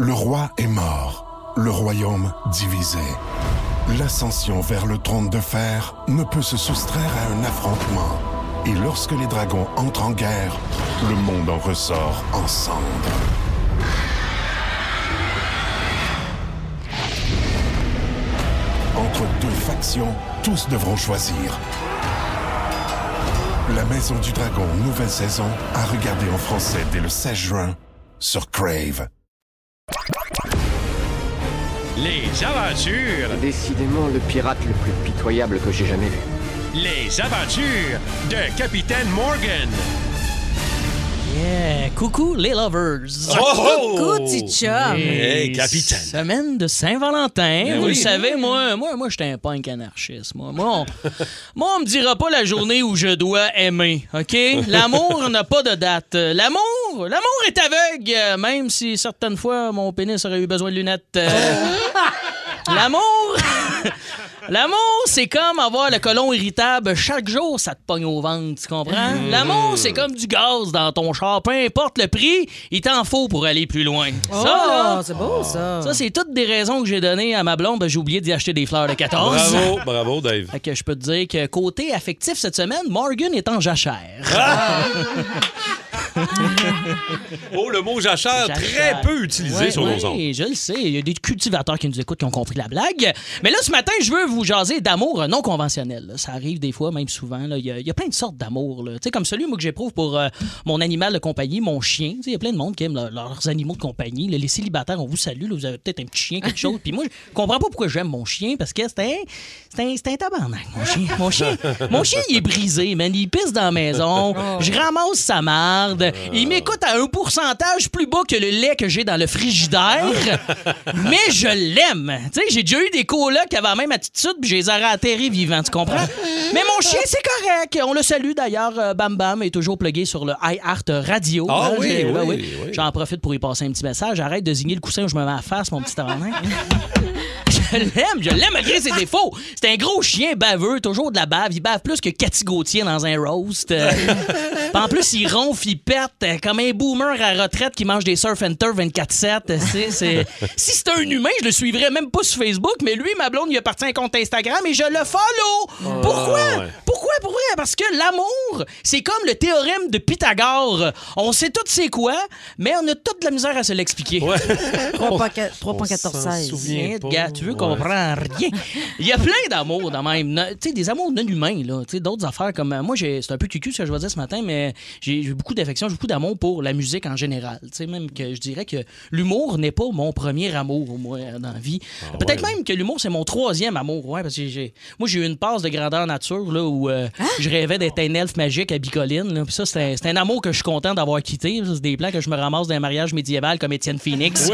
S13: Le roi est mort, le royaume divisé. L'ascension vers le trône de fer ne peut se soustraire à un affrontement. Et lorsque les dragons entrent en guerre, le monde en ressort ensemble. Entre deux factions, tous devront choisir. La Maison du Dragon, nouvelle saison, à regarder en français dès le 16 juin sur Crave.
S14: Les aventures. Décidément le pirate le plus pitoyable que j'ai jamais vu.
S7: Les aventures de Capitaine Morgan.
S6: Yeah. Coucou, les lovers.
S7: Oh, oh! Coucou, petit
S4: chum.
S6: Et
S4: Hey, capitaine.
S6: Semaine de Saint-Valentin.
S4: Ben
S6: vous
S4: oui.
S6: le savez, moi, moi, moi j'étais un punk anarchiste. Moi, moi on, moi, on me dira pas la journée où je dois aimer. OK? L'amour n'a pas de date. Euh, L'amour, l'amour est aveugle, euh, même si certaines fois, mon pénis aurait eu besoin de lunettes. Euh, L'amour. L'amour, c'est comme avoir le colon irritable. Chaque jour, ça te pogne au ventre, tu comprends?
S5: Mm.
S4: Mhm.
S6: L'amour, c'est comme du gaz dans ton char. Peu importe le prix, il t'en faut pour aller plus loin.
S5: Oh,
S6: là,
S5: c'est beau, ça.
S6: Ça, c'est toutes des raisons que j'ai données à ma blonde. Ben, J'ai oublié d'y acheter des fleurs de 14.
S1: Bravo, bravo, Dave.
S6: Fait que je peux te dire que côté affectif cette semaine, Morgan est en jachère.
S1: Oh, le mot jachère, très peu utilisé
S6: Ouais,
S1: sur
S6: ouais,
S1: nos ondes.
S6: Je le sais. Il y a des cultivateurs qui nous écoutent qui ont compris la blague. Mais là, ce matin, je veux vous jaser d'amour non conventionnel. là. Ça arrive des fois, même souvent. là. Il y, a- il y a plein de sortes d'amour. là. Tu sais, comme celui moi, que j'éprouve pour euh, mon animal de compagnie, mon chien. Tu sais, Il y a plein de monde qui aime leur- leurs animaux de compagnie. là. Les célibataires, on vous salue. là. Vous avez peut-être un petit chien, quelque chose. Puis moi, je comprends pas pourquoi j'aime mon chien parce que c'est un, c'est un, c'est un tabarnak, mon chien. Mon chien, mon chien, il est brisé, man. Il pisse dans la maison.
S1: Oh.
S6: Je ramasse sa
S1: Euh.
S6: marde. Il m'écoute à un pourcentage plus bas que le lait que j'ai dans le frigidaire. mais je l'aime. Tu sais, j'ai déjà eu des colocs qui avaient la même attitude, puis je les aurais atterrés vivants, tu comprends? mais mon chien, c'est correct. On le salue d'ailleurs. euh, Bam Bam est toujours plugué sur le iHeart Radio. Ben,
S1: Ah oui,
S6: j'ai- ouais,
S1: oui,
S6: oui. J'en profite pour y passer un petit message. Arrête de zigner le coussin où je me mets à la face, mon petit tabarnak. Je l'aime, je l'aime malgré
S1: Ah,
S6: ses défauts. C'est un gros chien baveux, toujours de la bave. Il bave plus que Cathy Gauthier dans un roast. Euh, puis en plus, il ronfle, il pète euh, comme un boomer à retraite qui mange des surf and turf 24-7. Euh, c'est- c'est- Si c'était un humain, je le suivrais
S11: Oh.
S6: même pas sur Facebook, mais lui, ma blonde, il a parti un compte Instagram et je le follow. Pourquoi?
S1: ouais.
S6: Pourquoi pourquoi? Pourquoi? Parce que l'amour, c'est comme le théorème de Pythagore. On sait tout c'est quoi, mais on a toute de la misère à se l'expliquer. Hein, Ouais.
S5: 3.1416.
S6: Gars, tu veux comprendre rien. Il y a plein d'amours, dans même. Tu sais, des amours non humains, là. Tu sais, d'autres affaires comme. euh, Moi, j'ai- c'est un peu cucu ce que je vais dire ce matin, mais j'ai j'ai beaucoup d'affection, j'ai beaucoup d'amour pour la musique en général. Tu sais, même que je dirais que l'humour n'est pas mon premier amour, moi, dans la vie. Peut-être même que l'humour, c'est mon troisième amour, ouais, parce que j'ai. Moi, j'ai eu une passe de grandeur nature, là, où euh, je rêvais d'être un elfe magique à Bicoline, là. Puis ça, c'est un, c'est un amour que je suis content d'avoir quitté. Ça, C'est des plans que je me ramasse d'un mariage médiéval comme Étienne Phoenix.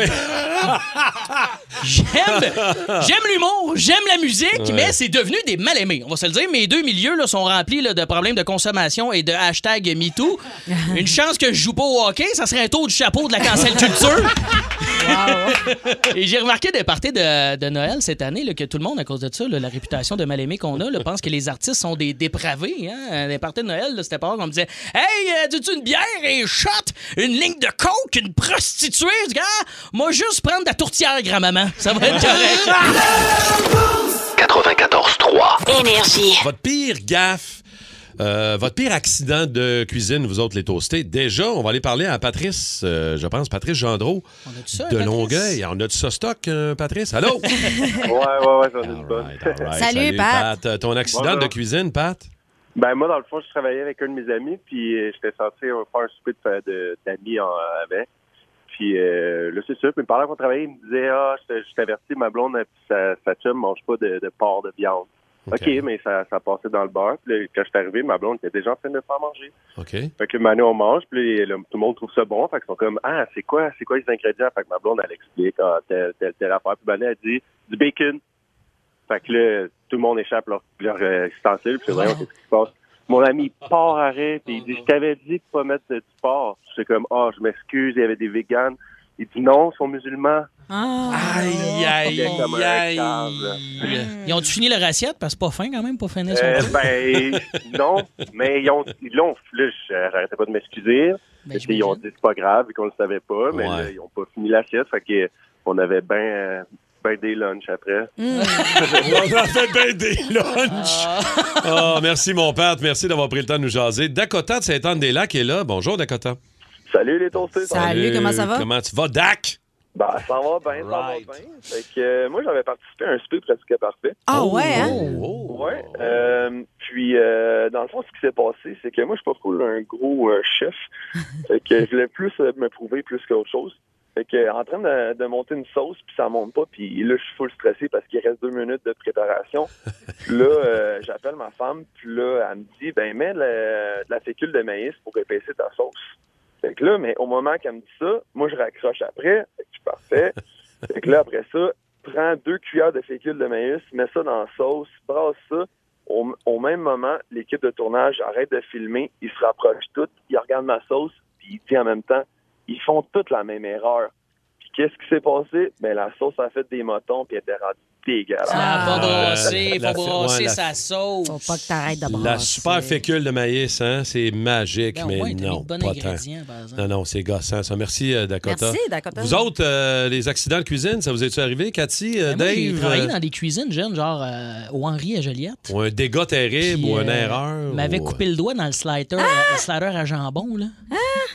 S6: J'aime, j'aime l'humour, j'aime la musique,
S11: Ah. Ouais.
S6: mais c'est devenu des mal aimés. On va se le dire, mes deux milieux là, sont remplis là, de problèmes de consommation et de hashtag MeToo. Une chance que je joue pas au hockey, ça serait un tour du chapeau de la cancel culture. Et j'ai remarqué des parties de, de Noël cette année là, que tout le monde, à cause de ça, là, la réputation de mal-aimé qu'on a, là, pense que les artistes sont des dépravés. Hein? Les parties de Noël, là, c'était pas qu'on me disait Hey, euh, tu une bière, un shot, une ligne de coke, une prostituée Je dis, Ah, moi, juste prendre de la tourtière, grand-maman. Ça va être correct.
S1: 94.3. Énergie. Votre pire gaffe, euh, votre pire accident de cuisine, vous autres les toastés. Déjà, on va aller parler à Patrice, euh, je pense, Patrice Gendreau
S6: ça,
S1: de
S6: Patrice?
S1: Longueuil. On a de ça stock, euh, Patrice? Allô?
S15: ouais, ouais, ouais, j'en ai une bonne.
S1: Right,
S15: Salut, Pat.
S1: Euh, Ton accident
S15: Bonjour.
S1: de cuisine, Pat?
S15: Ben, moi, dans le fond, je travaillais avec un de mes amis, puis euh, j'étais censé euh, faire un souper de- de- d'amis en- avec. Puis euh, là, c'est sûr, puis pendant qu'on travaillait, il me disait Ah, je te- je t'avertis, ma blonde, euh, puis sa, sa chum mange pas de, de porc, de viande. OK, mais ça, ça passait dans le beurre. Puis là, quand je suis arrivé, ma blonde était déjà en train de faire manger.
S1: OK.
S15: Fait que Manu, on mange, puis là, tout le monde trouve ça bon. Fait qu'ils sont comme, ah, c'est quoi, c'est quoi les ingrédients? Fait que ma blonde, elle explique, ah, telle, telle, telle affaire. Puis Manu, elle dit, du bacon. Fait que là, tout le monde échappe leur, leur euh, ustensile, puis c'est vraiment qu'est-ce qui se passe. Mon ami part arrête, puis il dit, je t'avais dit de pas mettre de- du porc. C'est comme, ah, je m'excuse, il y avait des véganes. Il dit, non, ils sont musulmans.
S6: Aïe, aïe,
S15: C'était comme un
S6: aïe.
S15: cave.
S6: Ils ont-tu fini leur assiette? Parce que c'est pas fin quand même, pas finir son
S15: Euh,
S6: truc.
S15: ben, non, mais ils ont, ils l'ont, là, je- euh, j'arrêtais pas de m'excuser. Mais tu sais, ils ont dit c'est pas grave, vu qu'on le savait pas, mais là, ils ont pas fini l'assiette, fait que, euh, on avait ben, euh, ben des lunchs après.
S1: Hmm. on a fait bien des lunchs. Ah, merci, mon Pat. Merci d'avoir pris le temps de nous jaser. Dakota de Saint-Anne-des-Lacs est là. Bonjour, Dakota.
S15: Salut les toastés.
S1: Salut, comment ça va? comment tu vas, Dak?
S15: Ben, ça va bien, ça va bien. Fait que, euh, moi, j'avais participé à un souper presque parfait.
S5: Ah ouais, hein?
S1: Oh,
S15: Ouais. euh, puis, euh, dans le fond, ce qui s'est passé, c'est que moi, je suis pas cool un gros euh, chef. fait que je voulais plus euh, me prouver plus qu'autre chose. Fait que, en train de, de monter une sauce, puis ça monte pas, puis là, je suis full stressé parce qu'il reste deux minutes de préparation. Puis là, euh, j'appelle ma femme, puis là, elle me dit, ben, mets de la, de la fécule de maïs pour épaissir ta sauce. Fait que là, mais au moment qu'elle me dit ça, moi, je raccroche après. Fait que je suis parfait. Fait que là, après ça, prends deux cuillères de fécule de maïs, mets ça dans la sauce, brasse ça. Au, au même moment, l'équipe de tournage arrête de filmer, ils se rapprochent tous, ils regardent ma sauce, puis ils disent en même temps, ils font toutes la même erreur. Puis qu'est-ce qui s'est passé? Ben, la sauce a fait des motons, puis elle était rendue dégueulasse.
S6: Ah, pas
S1: Ah,
S6: brosser,
S1: la-
S6: faut
S1: la-
S6: brosser
S1: ouais, la-
S6: sa sauce. Faut
S5: pas que t'arrêtes de
S1: La super fécule de maïs, hein? c'est magique,
S6: Ben, au
S1: mais
S6: moins, t'as mis
S1: non,
S6: de bons
S1: pas tant.
S6: ingrédients, par exemple.
S1: Non, non, c'est gossant, ça. Merci, euh, Dakota.
S6: Merci, Dakota.
S1: Vous autres, euh, les accidents de cuisine, ça vous est-tu arrivé, Cathy, euh,
S6: Ben, Moi, J'ai
S1: Dave?
S6: travaillé
S1: euh,
S6: dans des cuisines jeunes, genre euh, au Henri à Joliette.
S1: Ou un dégât terrible,
S6: Puis,
S1: ou une
S6: euh,
S1: erreur?
S6: m'avait
S1: ou-
S6: coupé le doigt dans le slider,
S5: Ah!
S6: euh, le slider à jambon. Là.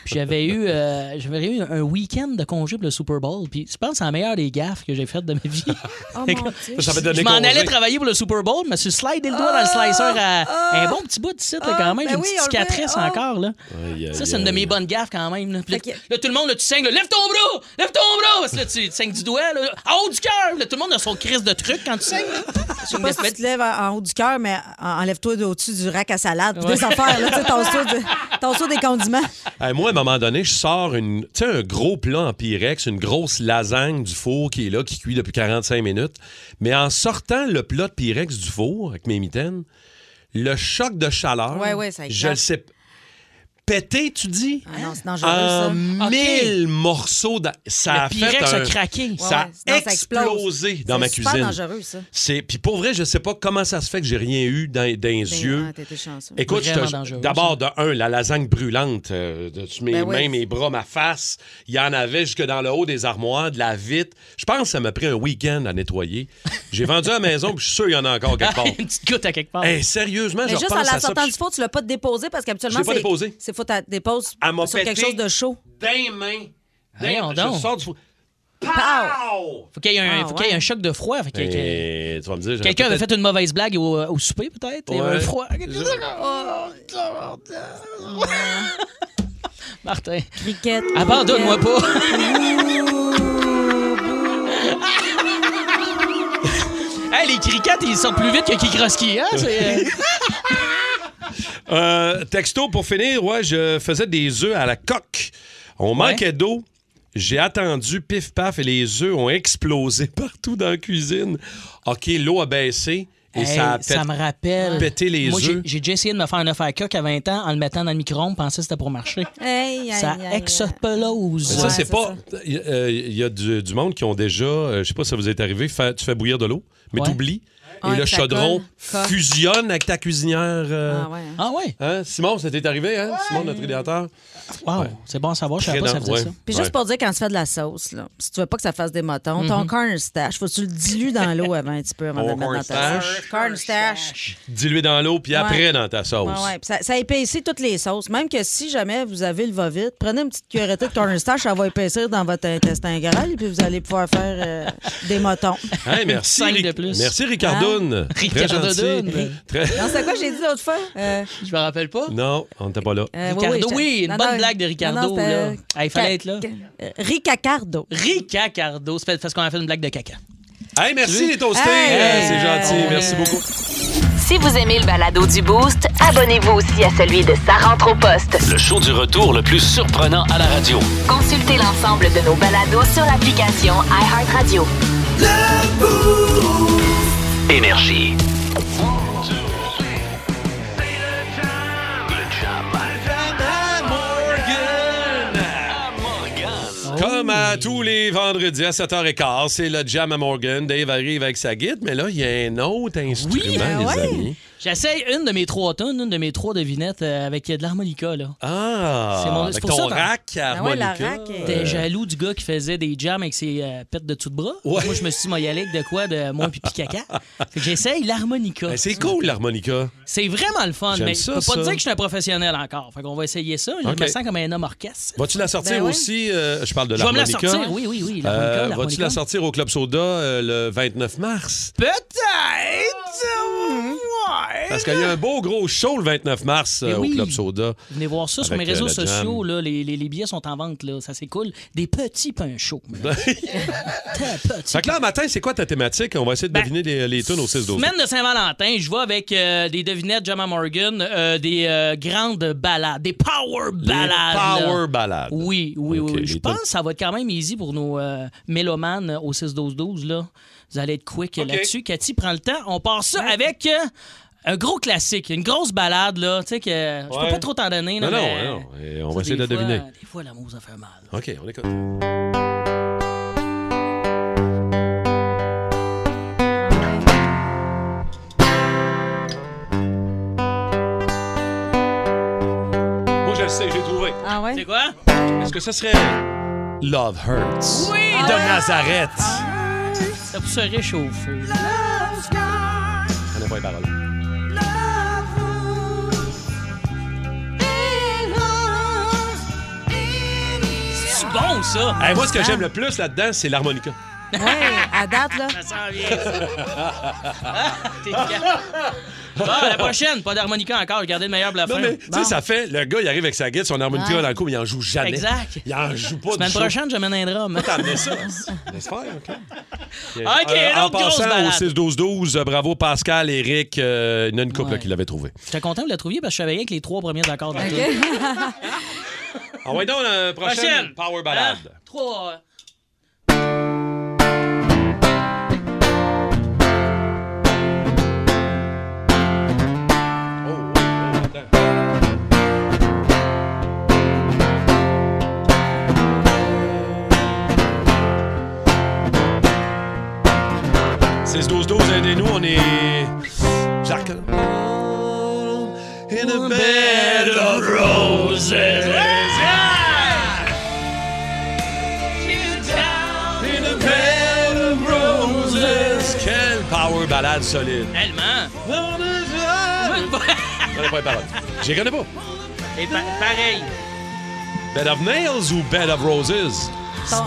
S6: Puis j'avais eu, euh, j'avais eu un week-end de congé pour le Super Bowl. Puis je pense que c'est la meilleure des gaffes que j'ai faites de ma vie.
S5: Oh,
S6: Fait
S5: mon
S6: que
S5: Dieu.
S1: Ça, ça m'a donné
S6: je m'en
S1: congé.
S6: allais travailler pour le Super Bowl, mais suis slidé le doigt dans le slicer à un bon petit bout de site là, quand même.
S5: Ah! ben
S6: J'ai une
S5: oui,
S6: petite
S5: on le voit.
S6: cicatrice
S5: Oh.
S6: encore. Là.
S1: Aïe, aïe,
S6: Ça, c'est une de
S1: aïe.
S6: mes bonnes gaffes quand même. Là, Puis là, là, tout le monde, là, tu saignes, là, lève ton bras, lève ton bras. Parce que là, tu tu saignes du doigt, là, en haut du cœur. Là, Tout le monde a son crise de truc quand tu saignes. là.
S5: Je sais pas si tu te lèves en en haut du cœur, mais en- enlève-toi de- au-dessus du rack à salade. puis Des affaires, là, tu sais, ton saut de- ton saut des condiments.
S1: Hey, moi, à un moment donné, je sors une, tu sais, un gros plat en Pyrex, une grosse lasagne du four qui est là, qui cuit depuis 45 minutes. Mais en sortant le plat de Pyrex du four avec mes mitaines, le choc de chaleur,
S5: Ouais, ouais, ça
S1: je
S5: éclate.
S1: le sais. p- pété, tu dis?
S5: Ah non, c'est dangereux,
S1: en
S5: ça.
S1: Euh, mille morceaux. dans- Ça a
S5: Le
S1: fait
S5: Pyrex
S1: un...
S5: a craqué. Ouais,
S1: Ça
S5: ouais. Non,
S1: a
S5: ça explose.
S1: explosé dans
S5: C'est
S1: ma
S5: super
S1: cuisine.
S5: dangereux, ça.
S1: C'est puis pour vrai, je sais pas comment ça se fait que j'ai rien eu dans, dans les yeux.
S5: ouais, Ben, ah, t'as été chanceux.
S1: Écoute, je te-
S5: Vraiment dangereux,
S1: d'abord de un, la lasagne brûlante, euh, de- tu mets
S5: Ben
S1: mes
S5: oui.
S1: mains, mes bras, ma face, il y en avait jusque dans le haut des armoires, de la vitre. Je pense que ça m'a pris un week-end à nettoyer. J'ai vendu à la maison, puis je suis sûr qu'il y en a encore quelque part.
S6: Une petite goutte à quelque part.
S1: Hey, sérieusement,
S5: Mais
S1: je
S5: juste
S1: repense
S5: en
S1: à
S5: la
S1: ça.
S5: sortant
S1: puis
S5: du four, tu l'as pas déposé parce qu'habituellement,
S1: Je l'ai pas
S5: c'est
S1: déposé.
S5: c'est faut que tu déposes
S1: Elle m'a
S5: sur quelque
S1: pété
S5: chose de chaud.
S1: D'un main.
S5: D'un-
S6: Voyons
S1: je
S6: donc.
S1: sors du four.
S6: Faut qu'il y ait un,
S1: Ah,
S6: faut qu'il y ait
S1: ouais.
S6: un choc de froid. Fait que-
S1: Et
S6: que-
S1: tu vas me dire, j'aurais
S6: Quelqu'un avait
S1: peut-être-
S6: fait une mauvaise blague au, euh, au souper, peut-être? Il y avait un
S1: Ouais.
S6: froid. Oh, Martin.
S5: Cricket.
S6: Abandonne-moi pas. hey, les crickets, ils sortent plus vite que Kikroski, hein? C'est-
S1: Euh, texto pour finir, ouais, je faisais des œufs à la coque. On manquait d'eau. J'ai attendu, pif paf, et les œufs ont explosé partout dans la cuisine. OK, l'eau a baissé et
S6: Hey,
S1: ça a
S6: ça
S1: fait
S6: me rappelle.
S1: péter les
S6: Moi, j'ai-
S1: œufs.
S6: j'ai déjà essayé de me faire un œuf à la coque à 20 ans en le mettant dans le micro-ondes, pensais que c'était pour marcher.
S5: Hey,
S6: ça explose.
S1: Mais ça, c'est pas. Il y a- euh, il y a du, du monde qui ont déjà, euh, je sais pas si ça vous est arrivé, fa- tu fais bouillir de l'eau, mais
S6: Ouais.
S1: t'oublies. Et
S6: Ouais,
S1: le
S6: que ça
S1: chaudron
S6: colle, colle.
S1: fusionne avec ta cuisinière. euh,
S6: Ah ouais, hein? Ah ouais?
S1: Hein? Simon, ça t'est arrivé, hein? Simon, notre idéateur.
S6: Wow, c'est bon à savoir, je savais pas
S1: Très
S6: ça faisait
S1: dans-
S6: ça.
S1: ouais.
S5: Puis juste pour dire, quand tu fais de la sauce, là, si tu veux pas que ça fasse des motons, ton
S6: Mhm.
S5: cornstarch, faut que tu le dilues dans l'eau avant un petit peu avant de
S1: Mon
S5: le mettre dans ta sauce. Cornstarch.
S1: Dilué dans l'eau, puis après
S5: Ouais.
S1: dans ta sauce.
S5: Ouais, ouais. Puis Ça, ça épaissit toutes les sauces. Même que si jamais vous avez le va-vite, prenez une petite cuillerée de cornstarch, ça va épaissir dans votre intestin grêle, et puis vous allez pouvoir faire euh, des motons.
S1: Hey, merci.
S6: Cinq
S1: Ric-
S6: de plus.
S1: Merci, Ricardoune.
S6: Hein?
S1: Très gentil.
S6: Ricardoune.
S1: Très-
S5: Non, c'est quoi j'ai dit l'autre fois? Euh,
S6: Je me rappelle pas.
S1: Non, on n'était pas là.
S5: euh,
S6: Ricardo,
S5: j'étais-
S6: oui, une
S5: non,
S6: bonne
S5: non,
S6: blague de
S5: non,
S6: Ricardo.
S5: non, c'était,
S6: là.
S5: euh,
S6: Ah, il fallait être là.
S5: euh, Ricacardo.
S6: Ricacardo, c'est parce qu'on a fait une blague de caca.
S1: Hey, merci les toastés.
S6: Hey,
S1: Hey, Euh, c'est gentil. Merci beaucoup.
S8: Si vous aimez le balado du Boost, abonnez-vous aussi à celui de Sa rentre au poste.
S7: Le show du retour le plus surprenant à la radio.
S8: Consultez l'ensemble de nos balados sur l'application iHeartRadio.
S7: Énergie.
S6: Oh.
S1: Comme à tous les vendredis à 7h15, c'est le Jam à Morgan. Dave arrive avec sa guide, mais là, il y a un autre instrument,
S6: ben
S1: les amis.
S6: J'essaye une de mes trois tonnes, une de mes trois devinettes euh, avec de l'harmonica. là.
S1: Ah,
S6: C'est mon- c'est
S1: avec
S6: pour
S1: ton
S6: ça,
S1: rack à
S6: Ah ouais, la
S1: harmonica.
S6: rack est- T'es jaloux du gars qui faisait des jams avec ses euh, pets de tout de bras. Moi, je me suis dit, moi, y aller avec de quoi de moi pipi caca. Fait que j'essaye l'harmonica.
S1: Ben, c'est cool, l'harmonica.
S6: C'est vraiment le fun,
S1: J'aime
S6: mais
S1: ça,
S6: je peux pas
S1: ça.
S6: te dire que je suis un professionnel encore. Fait qu'on va essayer ça. Je
S1: Ok.
S6: me sens comme un homme orchestre.
S1: Vas-tu la sortir
S6: Ben ouais.
S1: aussi? euh, je parle de
S6: Je vais me la
S1: l'harmonica.
S6: sortir, oui, oui, oui, l'harmonica,
S1: Euh,
S6: l'harmonica.
S1: Vas-tu la sortir au Club Soda euh, le 29 mars?
S6: Hmm. Peut-être!
S1: Parce qu'il y a un beau gros show le 29 mars euh,
S6: Mais Eh oui.
S1: au Club Soda.
S6: Venez voir ça sur mes
S1: Avec,
S6: réseaux
S1: euh, la jam.
S6: sociaux. Là, les, les- les billets sont en vente. Là, ça, c'est cool. Des petits pains chauds. Bah,
S1: Fait que là, matin, c'est quoi ta thématique? On va essayer de deviner les, les tunes au 6 12
S6: Ben, Semaine de Saint-Valentin, je vais avec euh, des devinettes Jama Morgan, euh, des euh, grandes balades, des power balades.
S1: power
S6: là.
S1: ballades.
S6: Oui, oui,
S1: Ok,
S6: oui. Je
S1: les
S6: pense
S1: tunes-
S6: que ça va être quand même easy pour nos euh, mélomanes au 6-12-12. là. Vous allez être quick là-dessus. Cathy, prends le temps. On part ça avec euh, un gros classique, une grosse balade. Là, tu sais que, Je peux
S1: Ouais.
S6: pas trop t'en donner. là,
S1: Non, non,
S6: mais-
S1: non. Et on
S6: Ça,
S1: va essayer de
S6: des
S1: la
S6: fois,
S1: deviner.
S6: euh, Des fois, l'amour, ça fait mal.
S1: OK, on écoute. Moi, je le sais, j'ai trouvé.
S5: Ah ouais?
S6: C'est quoi?
S1: Est-ce que ça serait Love Hurts
S6: Oui,
S1: de
S6: Love
S1: Nazareth?
S5: Ah
S6: Ça euh, pour se réchauffer.
S1: On n'a pas les paroles.
S6: C'est bon, ça!
S1: Hey, moi, ce que j'aime le plus là-dedans, c'est l'harmonica.
S5: Ouais, à date, là.
S6: Ça sent bien, T'es calme. Bon, à la prochaine, pas d'harmonica encore, j'ai gardé le meilleur pour la
S1: Non,
S6: fin.
S1: mais tu sais, ça fait. Le gars, il arrive avec sa guide, son harmonica
S6: Ouais.
S1: dans le cou, mais il en joue jamais.
S6: Exact.
S1: Il en joue pas
S6: Semaine
S1: du tout.
S6: prochaine, j'amène un drum.
S1: T'as amené ça. Laisse faire, OK. OK,
S6: OK,
S1: Euh, en
S6: l'autre grosse
S1: passant au
S6: balade.
S1: 6-12-12, euh, bravo Pascal, Eric, euh, il y en a une couple là, qui l'avait trouvé.
S6: J'étais content que vous la trouviez parce que je savais avec les trois premiers accords de la tune.
S1: On va Ah donc la prochaine,
S6: Prochaine.
S1: Power Ballade.
S6: Trois.
S1: Oh, oh, oh, attends. sac. là. In a bed of roses. In a bed of roses. Quelle power balade solide.
S6: Tellement.
S1: Je connais pas les paroles. Je les connais pas.
S6: Et pa- pareil.
S1: Bed of Nails ou Bed of Roses?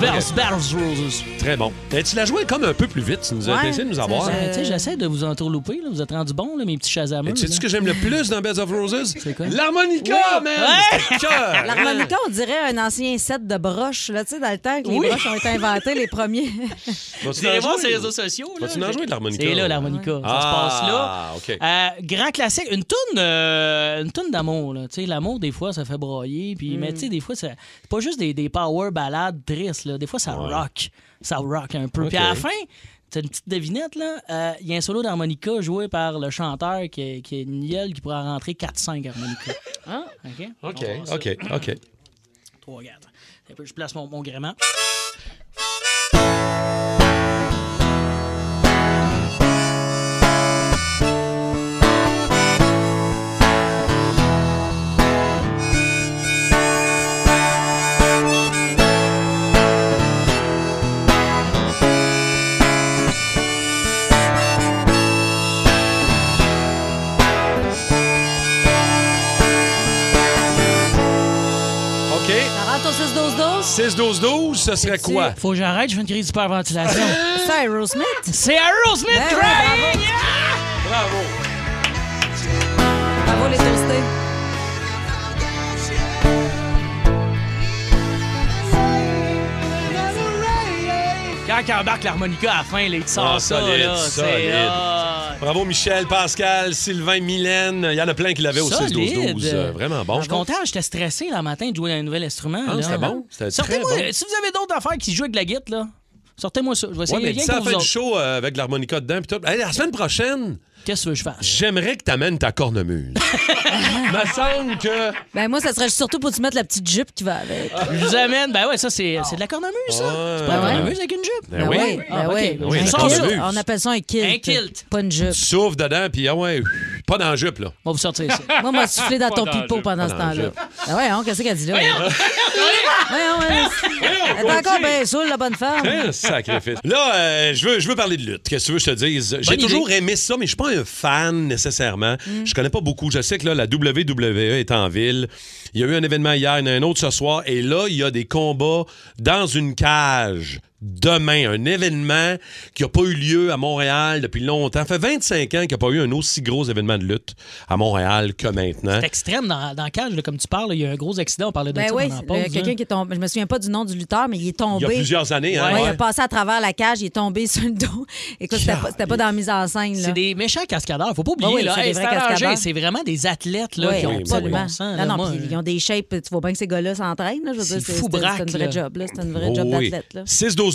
S6: Bed of-
S1: Bed of Roses. Très bon. Mais tu l'as joué comme un peu plus vite. Tu nous as
S6: Ouais,
S1: essayé de nous
S6: tu
S1: avoir.
S6: sais, Euh, tu sais, J'essaie de vous entourlouper. là. Vous êtes rendus bons, là, mes petits chasameux.
S1: Et tu sais ce que j'aime le plus dans Bed of Roses? C'est quoi? L'harmonica,
S5: Oui.
S1: man!
S5: Ouais.
S1: C'était cœur.
S5: L'harmonica, on dirait un ancien set de broches. Là, tu sais, dans le temps que les
S1: ah. Oui.
S5: broches ont été inventées, les premiers.
S1: Vas-tu
S6: Vous irez
S1: en
S6: voir
S1: jouer?
S6: sur les réseaux sociaux, là.
S1: Vas-tu en jouer de l'harmonica?
S6: C'est là, l'harmonica. Ça se passe là.
S1: Ah, OK.
S6: Euh, grand classique, une toune, euh, une toune d'amour. là. Tu sais, L'amour, des fois, ça fait broyer. Puis,
S11: Mm.
S6: Mais tu sais, des fois, ça- c'est pas juste des, des power ballades tristes. Là. Des fois, ça rock. Ça rock un peu. Puis
S11: OK.
S6: à la fin, c'est une petite devinette. là. Euh, Il y a un solo d'harmonica joué par le chanteur qui est, qui est une gueule qui pourrait en rentrer 4-5 harmonicas.
S5: Hein?
S6: OK?
S1: OK, OK, OK.
S6: 3, 4. Je place mon, mon gréement.
S1: OK.
S5: Ça rentre au
S1: 6-12-12,
S5: 6-12-12?
S1: ce serait quoi?
S6: Faut que j'arrête, je fais une crise d'hyperventilation.
S5: C'est Aerosmith?
S6: C'est Aerosmith,
S5: Ben oui,
S6: Train!
S5: bravo.
S1: Bravo!
S5: Bravo, les toastés.
S6: Quand il embarque l'harmonica à la fin, là, il te sort
S1: Ah,
S6: ça.
S1: solide,
S6: là, c'est-
S1: solide.
S6: ah,
S1: Bravo Michel, Pascal, Sylvain, Mylène. Il y en a plein qui l'avaient au
S6: Solide.
S1: 6-12-12. Euh, vraiment bon.
S6: Je suis content, j'étais stressé le matin de jouer à un nouvel instrument.
S1: Ah,
S6: là.
S1: c'était bon, c'était
S6: Sortez-moi,
S1: très bon.
S6: si vous avez d'autres affaires qui se jouent avec de la guitare, là, sortez-moi ça. Je vais essayer
S1: Ouais, mais
S6: rien
S1: dis ça à
S6: pour
S1: la fin
S6: vous autres.
S1: du show euh, avec l'harmonica dedans. puis tout. Hey, la semaine prochaine,
S6: qu'est-ce que je fasse? Ah,
S1: J'aimerais que tu amènes ta cornemuse. Me semble que.
S5: Ben, moi, ça serait surtout pour que tu mettre la petite jupe qui va avec. Ah
S6: Je vous amène. Ben ouais, ça, c'est c'est de la cornemuse, ça. C'est pas de la
S1: ouais.
S6: cornemuse avec une jupe.
S1: Ben Ben oui. oui.
S6: Ah,
S5: Ben
S6: ok.
S5: oui.
S1: Ben oui,
S5: Un
S1: la
S5: kilt.
S1: cornemuse.
S5: On appelle ça un kilt.
S6: Un kilt.
S5: Pas une
S1: Tu
S5: jupe.
S1: souffles dedans, puis ah ouais, pas dans la jupe, là.
S6: On va vous sortir ça.
S5: Moi, m'a soufflé dans
S1: Pas
S5: ton
S1: dans la
S5: pipeau
S1: jupe, pas
S5: pendant ce
S1: dans la
S5: temps-là.
S1: jupe.
S5: Ben ouais, hein, qu'est-ce qu'elle dit là? Voyons, elle- Elle est encore bien saoule, la bonne femme.
S1: Hein, sacrifice. Là, euh, je, veux, je veux parler de lutte. Qu'est-ce que tu veux que je te dise? J'ai
S6: idée.
S1: toujours aimé ça, mais je suis pas un fan nécessairement. Je connais pas beaucoup. Je sais que là, la WWE est en ville. Il y a eu un événement hier, il y en a un autre ce soir. Et là, il y a des combats dans une cage. Demain, un événement qui n'a pas eu lieu à Montréal depuis longtemps. Ça fait 25 ans qu'il n'y a pas eu un aussi gros événement de lutte à Montréal que maintenant.
S6: C'est extrême dans, dans la cage, là, comme tu parles. là, Il y a un gros accident, on parlait de
S5: Ben
S6: ça
S5: oui,
S6: pendant la
S5: le-
S6: pause,
S5: quelqu'un
S6: hein.
S5: qui est tombé. Je me souviens pas du nom du lutteur, mais il est tombé.
S1: Il y a plusieurs années, hein,
S5: Ouais, Il
S1: ouais.
S5: a passé à travers la cage, il est tombé sur le dos. Écoute, c'était pas, c'était pas dans la mise en scène. là.
S6: C'est des méchants cascadeurs. Faut pas oublier,
S5: Ben oui,
S6: là,
S5: c'est
S6: hey,
S5: des
S6: c'est
S5: vrais
S6: à
S5: cascadeurs.
S6: Angers, c'est vraiment des athlètes là,
S5: Ouais,
S6: qui ont pas de
S5: absolument.
S6: bon sens. là.
S5: Non, non,
S6: Moi, hein.
S5: puis ils ont des shapes. Tu vois bien que ces gars-là s'entraînent. là, Je veux dire, c'est
S6: fou
S5: c'est- c'est
S6: braque,
S5: une vraie
S6: là.
S5: job. là, C'est une vraie job
S1: Oh oui.
S5: d'athlète. là.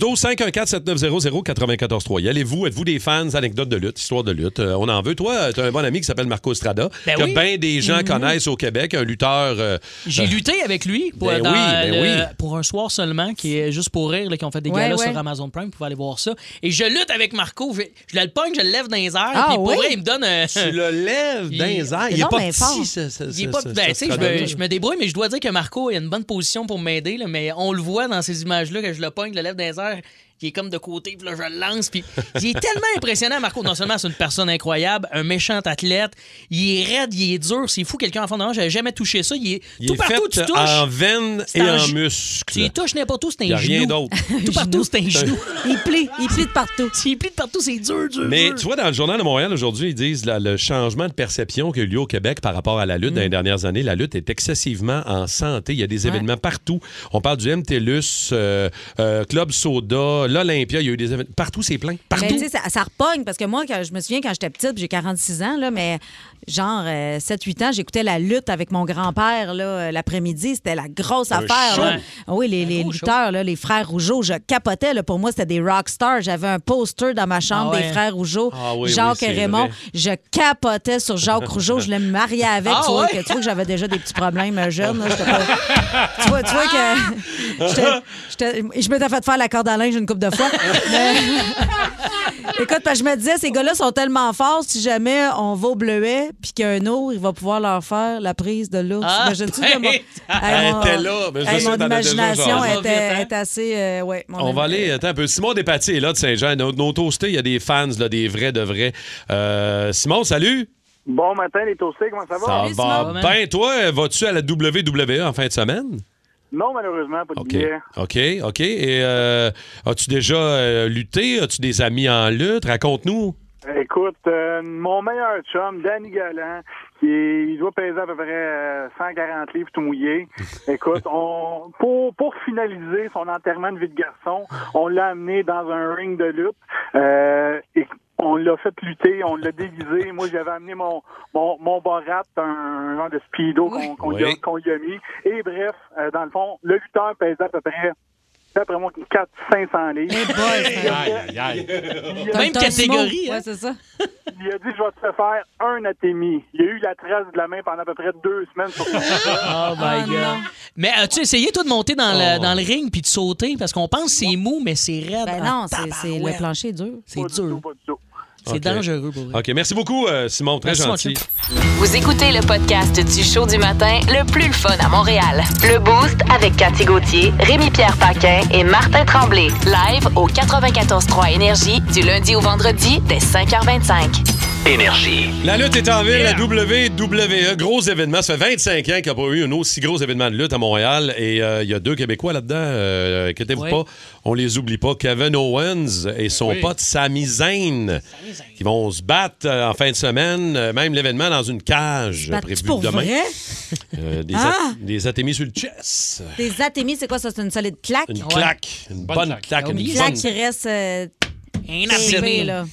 S1: 612-514-7900-943. Y allez-vous? Êtes-vous des fans anecdotes de lutte, histoire de lutte? Euh, on en veut. Toi, t'as un bon ami qui s'appelle Marco Strada,
S6: Ben
S1: que
S6: oui.
S1: bien des gens
S6: Mhm.
S1: connaissent au Québec, un lutteur... euh,
S6: J'ai
S1: euh,
S6: lutté avec lui pour,
S1: Ben
S6: dans
S1: oui, ben
S6: le-
S1: oui.
S6: pour un soir seulement, qui est juste pour rire, là, qui ont fait des
S5: Ouais,
S6: galas
S5: ouais.
S6: sur Amazon Prime. Vous pouvez aller voir ça. Et je lutte avec Marco. Je, je le pogne, je le lève dans les airs.
S5: Ah
S6: puis pour
S5: oui?
S6: vrai, il me donne. un-
S1: Tu le lèves dans les airs.
S6: C'est
S1: Il est
S6: donc
S1: pas
S6: bien
S1: petit,
S6: fort.
S1: ce- ce-
S6: Il est
S1: ce-
S6: pas-
S1: ce-
S6: ben,
S1: ce
S6: tu sais, je,
S1: Strada.
S6: me, je me débrouille, mais je dois dire que Marco il a une bonne position pour m'aider, là, mais on le voit dans ces images-là que je le pogne, je le lève dans les airs, il est comme de côté, puis là, je le lance, puis il est tellement impressionnant, Marco. Non seulement c'est une personne incroyable, un méchant athlète, il est raide, il est dur, c'est fou, quelqu'un en fond de moi, j'avais jamais touché ça, il est
S1: Il
S6: tout
S1: est
S6: partout où tu
S1: fait
S6: touches.
S1: en veine
S6: c'est
S1: et
S6: en
S1: en
S6: ju-
S1: muscle.
S6: Tu y touches n'importe où, c'est
S1: Y a
S6: un genou.
S1: rien d'autre.
S6: Tout partout, c'est un genou.
S5: Il plie, il plie de partout.
S6: S'il plie de partout, c'est dur, dur.
S1: Mais
S6: dur.
S1: tu vois, dans le journal de Montréal aujourd'hui, ils disent là, le changement de perception qui a eu lieu au Québec par rapport à la lutte dans les dernières années. La lutte est excessivement en santé. Il y a des
S6: Mm. Ouais.
S1: événements partout. On parle du MTLUS, euh, euh, Club Soda, l'Olympia. Il y a eu des événements. Partout, c'est plein. Partout.
S5: Mais tu sais, ça, ça repogne parce que moi, quand, je me souviens quand j'étais petite, j'ai 46 ans, là, mais genre 7-8 ans, j'écoutais la lutte avec mon grand-père là, euh, l'après-midi. C'était la grosse
S6: Un
S5: affaire.
S6: show.
S5: là. Ah Oui, les, les
S6: gros
S5: lutteurs, là, les frères Rougeau, je capotais. là. pour moi, c'était des rock stars. J'avais un poster dans ma chambre
S6: Ah ouais.
S5: des frères Rougeau,
S6: Ah oui,
S5: Jacques
S6: oui,
S5: et
S6: c'est
S5: Raymond.
S6: vrai.
S5: Je capotais sur Jacques Rougeau. Je le mariais avec.
S6: Ah
S5: tu, vois
S6: ouais?
S5: que, tu vois que j'avais déjà des petits problèmes euh, jeunes. là. J'étais pas- tu, vois, tu vois que j'étais- j'étais- je m'étais fait faire la corde à linge une couple de fois. Mais- Écoute, parce que je me disais, ces gars-là sont tellement forts, si jamais on va au bleuet, puis qu'un autre, il va pouvoir leur faire la prise de l'ours.
S2: Ah,
S5: Imagines-tu
S2: ben,
S5: comment-
S16: Ah,
S2: Elle
S5: mon-
S1: était là, mais je
S5: hey,
S1: sais,
S5: mon
S1: t'en as déjà
S5: imagination
S1: jasé.
S5: était,
S16: hein?
S5: est assez... euh, ouais, mon
S1: On va aller, attends un peu. Simon Despaty est là de Saint-Jean. Nos, nos toastés, il y a des fans, là, des vrais de vrais. Euh, Simon, salut!
S16: Bon matin, les toastés, comment ça
S1: Ça
S16: va?
S1: va bien. Toi, vas-tu à la WWE en fin de semaine?
S16: Non, malheureusement, pas de
S1: OK.
S16: billet.
S1: OK, OK. Et euh, as-tu déjà euh, lutté? As-tu des amis en lutte? Raconte-nous.
S16: Écoute, euh, mon meilleur chum, Danny Galant, qui est- il doit peser à peu près euh, 140 livres tout mouillé. Écoute, on, pour, pour finaliser son enterrement de vie de garçon, on l'a amené dans un ring de lutte. Euh, et on l'a fait lutter, on l'a déguisé. Moi, j'avais amené mon, mon, mon barat, un genre de speedo qu'on qu'on lui a-
S17: Oui.
S16: qu'on lui a mis. Et bref, euh, dans le fond, le lutteur pesait à peu près, d'après moi, 400-500 livres.
S2: Aïe, aïe, aïe.
S16: Même catégorie,
S5: Ouais, c'est ça.
S16: Il a dit, je vais te faire un atémie. Il a eu la trace de la main pendant à peu près deux semaines. Sur
S6: Oh
S5: Ah,
S6: my God. Mais as-tu essayé, toi, de monter dans,
S1: Oh.
S6: le, dans le ring puis de sauter? Parce qu'on pense que c'est mou, mais c'est raide.
S5: Ben
S6: en
S5: non, c'est- c'est le
S6: tabarouette.
S5: plancher est dur.
S6: C'est dur. C'est
S1: OK.
S6: dangereux pour eux.
S1: OK, merci beaucoup, euh, Simon. Très
S6: Merci, mon
S1: gentil.
S8: Vous écoutez le podcast du show du matin le plus le fun à Montréal. Le Boost avec Cathy Gauthier, Rémi-Pierre Paquin et Martin Tremblay. Live au 94.3 Énergie du lundi au vendredi dès 5h25.
S7: Énergie.
S1: La lutte est en ville, la WWE, gros événement. Ça fait 25 ans qu'il n'y a pas eu un aussi gros événement de lutte à Montréal. Et euh, il y a deux Québécois là-dedans, euh, inquiétez-vous
S11: Oui.
S1: pas, on les oublie pas. Kevin Owens et son
S11: Oui.
S1: pote Sami Zayn, qui vont se battre euh, en fin de semaine. Euh, Même l'événement dans une cage euh, prévu
S5: pour
S1: demain.
S5: vrai?
S1: Euh, des,
S5: Ah!
S1: at- des atémies sur le chest.
S16: hein.
S5: Des atémies, c'est quoi ça? C'est une solide plaque?
S1: Une claque. Une bonne, claque. Ah
S5: Une
S1: Une
S5: plaque
S1: bonne
S5: qui reste... euh,
S1: atémie.
S5: tapée, là.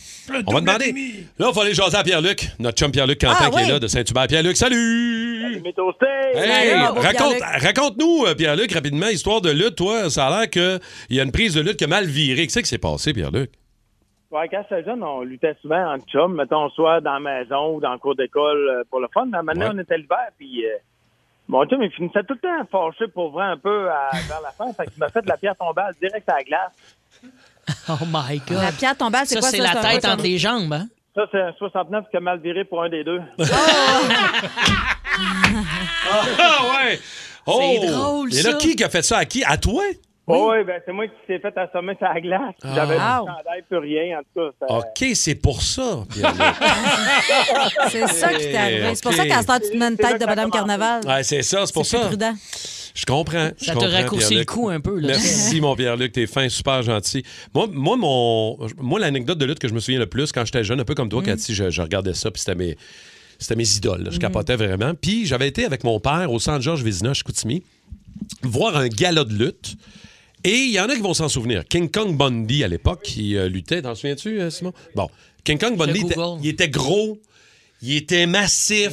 S1: On va demander. Là, il faut aller jaser à Pierre-Luc, notre chum Pierre-Luc Quentin
S5: Ah,
S1: qui
S5: oui.
S1: est là de Saint-Hubert. Pierre-Luc, salut!
S16: mes toastés!
S1: Hey,
S16: Salut, beau
S1: raconte-
S16: Pierre-Luc.
S1: raconte-nous, euh, Pierre-Luc, rapidement, histoire de lutte. Toi, ça a l'air qu'il y a une prise de lutte qui a mal viré. Qu'est-ce qui s'est passé, Pierre-Luc?
S18: Ouais, quand j'étais jeune, on luttait souvent en chum, mettons, soit dans la maison ou dans le cours d'école euh, pour le fun. Mais maintenant,
S1: Ouais.
S18: on était l'hiver, puis euh, mon chum, il finissait tout le temps fâché pour vrai un peu à, vers la fin. Fait qu'il m'a fait de la pierre tombale direct à la glace.
S6: Oh my God.
S5: La pierre tombale, c'est
S6: Ça,
S5: quoi ça?
S6: c'est la
S5: un
S6: tête
S5: peu
S6: entre
S5: comme-
S6: les jambes, hein?
S18: Ça, c'est un 69 qui a mal viré pour un des deux.
S1: Ah ouais! Oh!
S18: C'est drôle,
S1: Et là,
S18: ça.
S1: qui qui a fait ça à qui? À toi?
S18: Oh, oui, ben, c'est moi qui s'est fait assommer sur la glace.
S1: Ah.
S18: J'avais plus
S1: Ah.
S18: de chandail, plus rien, en tout cas. ça-
S1: OK, c'est pour ça, Pierre-Luc.
S5: C'est ça qui t'est arrivé.
S1: Ok.
S5: C'est pour ça qu'à ce temps, tu te mets une tête de Madame Carnaval.
S1: Ouais, c'est ça, c'est pour ça.
S5: prudent.
S1: Je comprends. je
S6: Ça te
S1: comprends,
S6: raccourcit
S1: Pierre-Luc.
S6: le coup un peu, là.
S1: Merci, mon Pierre-Luc. T'es fin, super gentil. Moi, moi, mon, moi, l'anecdote de lutte que je me souviens le plus quand j'étais jeune, un peu comme toi, Cathy, je, je regardais ça, puis c'était mes, c'était mes idoles. là. Je capotais vraiment. Puis j'avais été avec mon père au centre Georges Vézina, chez Koutimi, voir un gala de lutte. Et il y en a qui vont s'en souvenir. King Kong Bundy, à l'époque, qui euh, luttait. T'en souviens-tu, euh, Simon? Bon. King Kong Bundy, était- il était gros. Il était massif.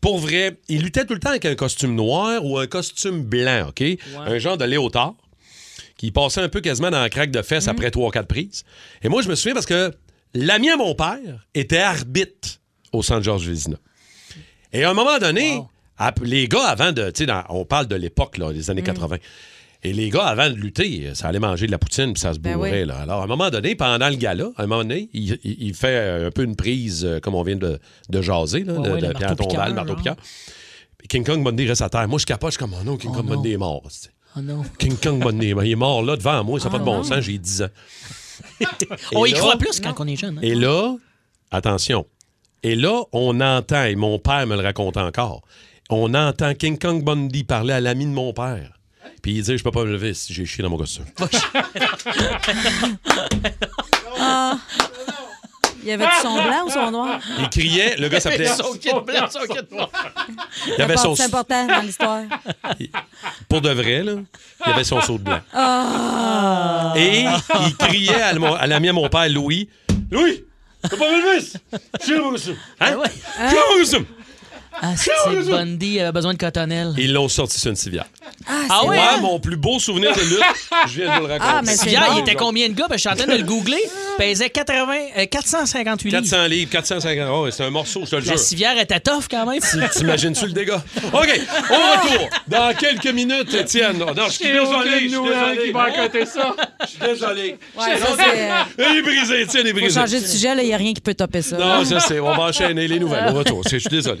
S1: Pour vrai, il luttait tout le temps avec un costume noir ou un costume blanc, OK? Un genre de léotard qui passait un peu quasiment dans la craque de fesses après trois, quatre prises. Et moi, je me souviens parce que l'ami à mon père était arbitre au centre Georges Vézina. Et à un moment donné, ap- les gars, avant de. Tu sais, dans- on parle de l'époque, là,
S11: Mm.
S1: des années 80. Et les gars, avant de lutter, ça allait manger de la poutine puis ça se
S11: Ben
S1: bourrait.
S11: oui.
S1: là. Alors, à un moment donné, pendant le gala, à un moment donné, il, il- il fait euh, un peu une prise, euh, comme on vient de, de jaser, là,
S11: Ouais,
S1: de,
S11: ouais,
S1: de
S11: le
S1: Pierre
S11: marteau-piqueur,
S1: Tombal,
S11: là.
S1: marteau-piqueur. Puis King Kong Bundy reste à terre. Moi, je capote, je suis comme, oh non, King Kong Bundy est mort. c'est-
S6: Oh non.
S1: King Kong Bundy, il est mort là devant moi, ça n'a
S6: Ah
S1: pas de bon
S6: ouais.
S1: sens, j'ai 10 ans.
S6: On
S1: Et
S6: y
S1: là-
S6: croit plus quand on est jeune. hein.
S1: Et là, attention, et là, on entend, et mon père me le raconte encore, on entend King Kong Bundy parler à l'ami de mon père. Puis il dit, je peux pas me lever si j'ai chié dans mon costume.
S5: Ah. Il y avait du son blanc ou son noir?
S1: Il criait, le gars s'appelait... Il avait son-
S5: C'est important dans l'histoire.
S1: Pour de vrai, là, il avait son saut de blanc.
S5: Ah.
S1: Et il criait à, mon- à l'ami à mon père, Ah
S5: Hein?
S1: Louis, Louis, je peux pas me lever si j'ai chié dans mon costume. Hein? Chié dans mon costume.
S6: Ah, c'est que Bundy avait euh, besoin de cotonnelle.
S1: Ils l'ont sorti sur une civière.
S6: Ah
S1: Moi,
S6: ouais? hein?
S1: mon plus beau souvenir de lutte, je viens de vous le raconter.
S6: Ah, mais Civière, il était combien de gars? Ben, je suis en train de le googler.
S5: Ah.
S6: Il pesait 80, euh, 458 livres.
S1: 400 livres, 450. Oh, c'est un morceau, je te le
S6: La
S1: jure.
S6: civière était tough quand même.
S1: T'imagines-tu le dégât? OK, au retour. Dans quelques minutes, Étienne. Non, je suis
S19: C'est aucune
S1: désolé. Je suis
S19: nouvelle
S1: désolé. Oh!
S19: qui va accoter ça.
S1: Je suis désolé.
S5: Ouais, ça, c'est-
S1: euh,
S5: euh,
S1: Il est brisé, Étienne est
S5: Faut
S1: brisé.
S5: changer de sujet, là, il n'y a rien qui peut topper ça.
S1: Non, je sais. On va enchaîner les nouvelles. Au retour. Je suis désolé.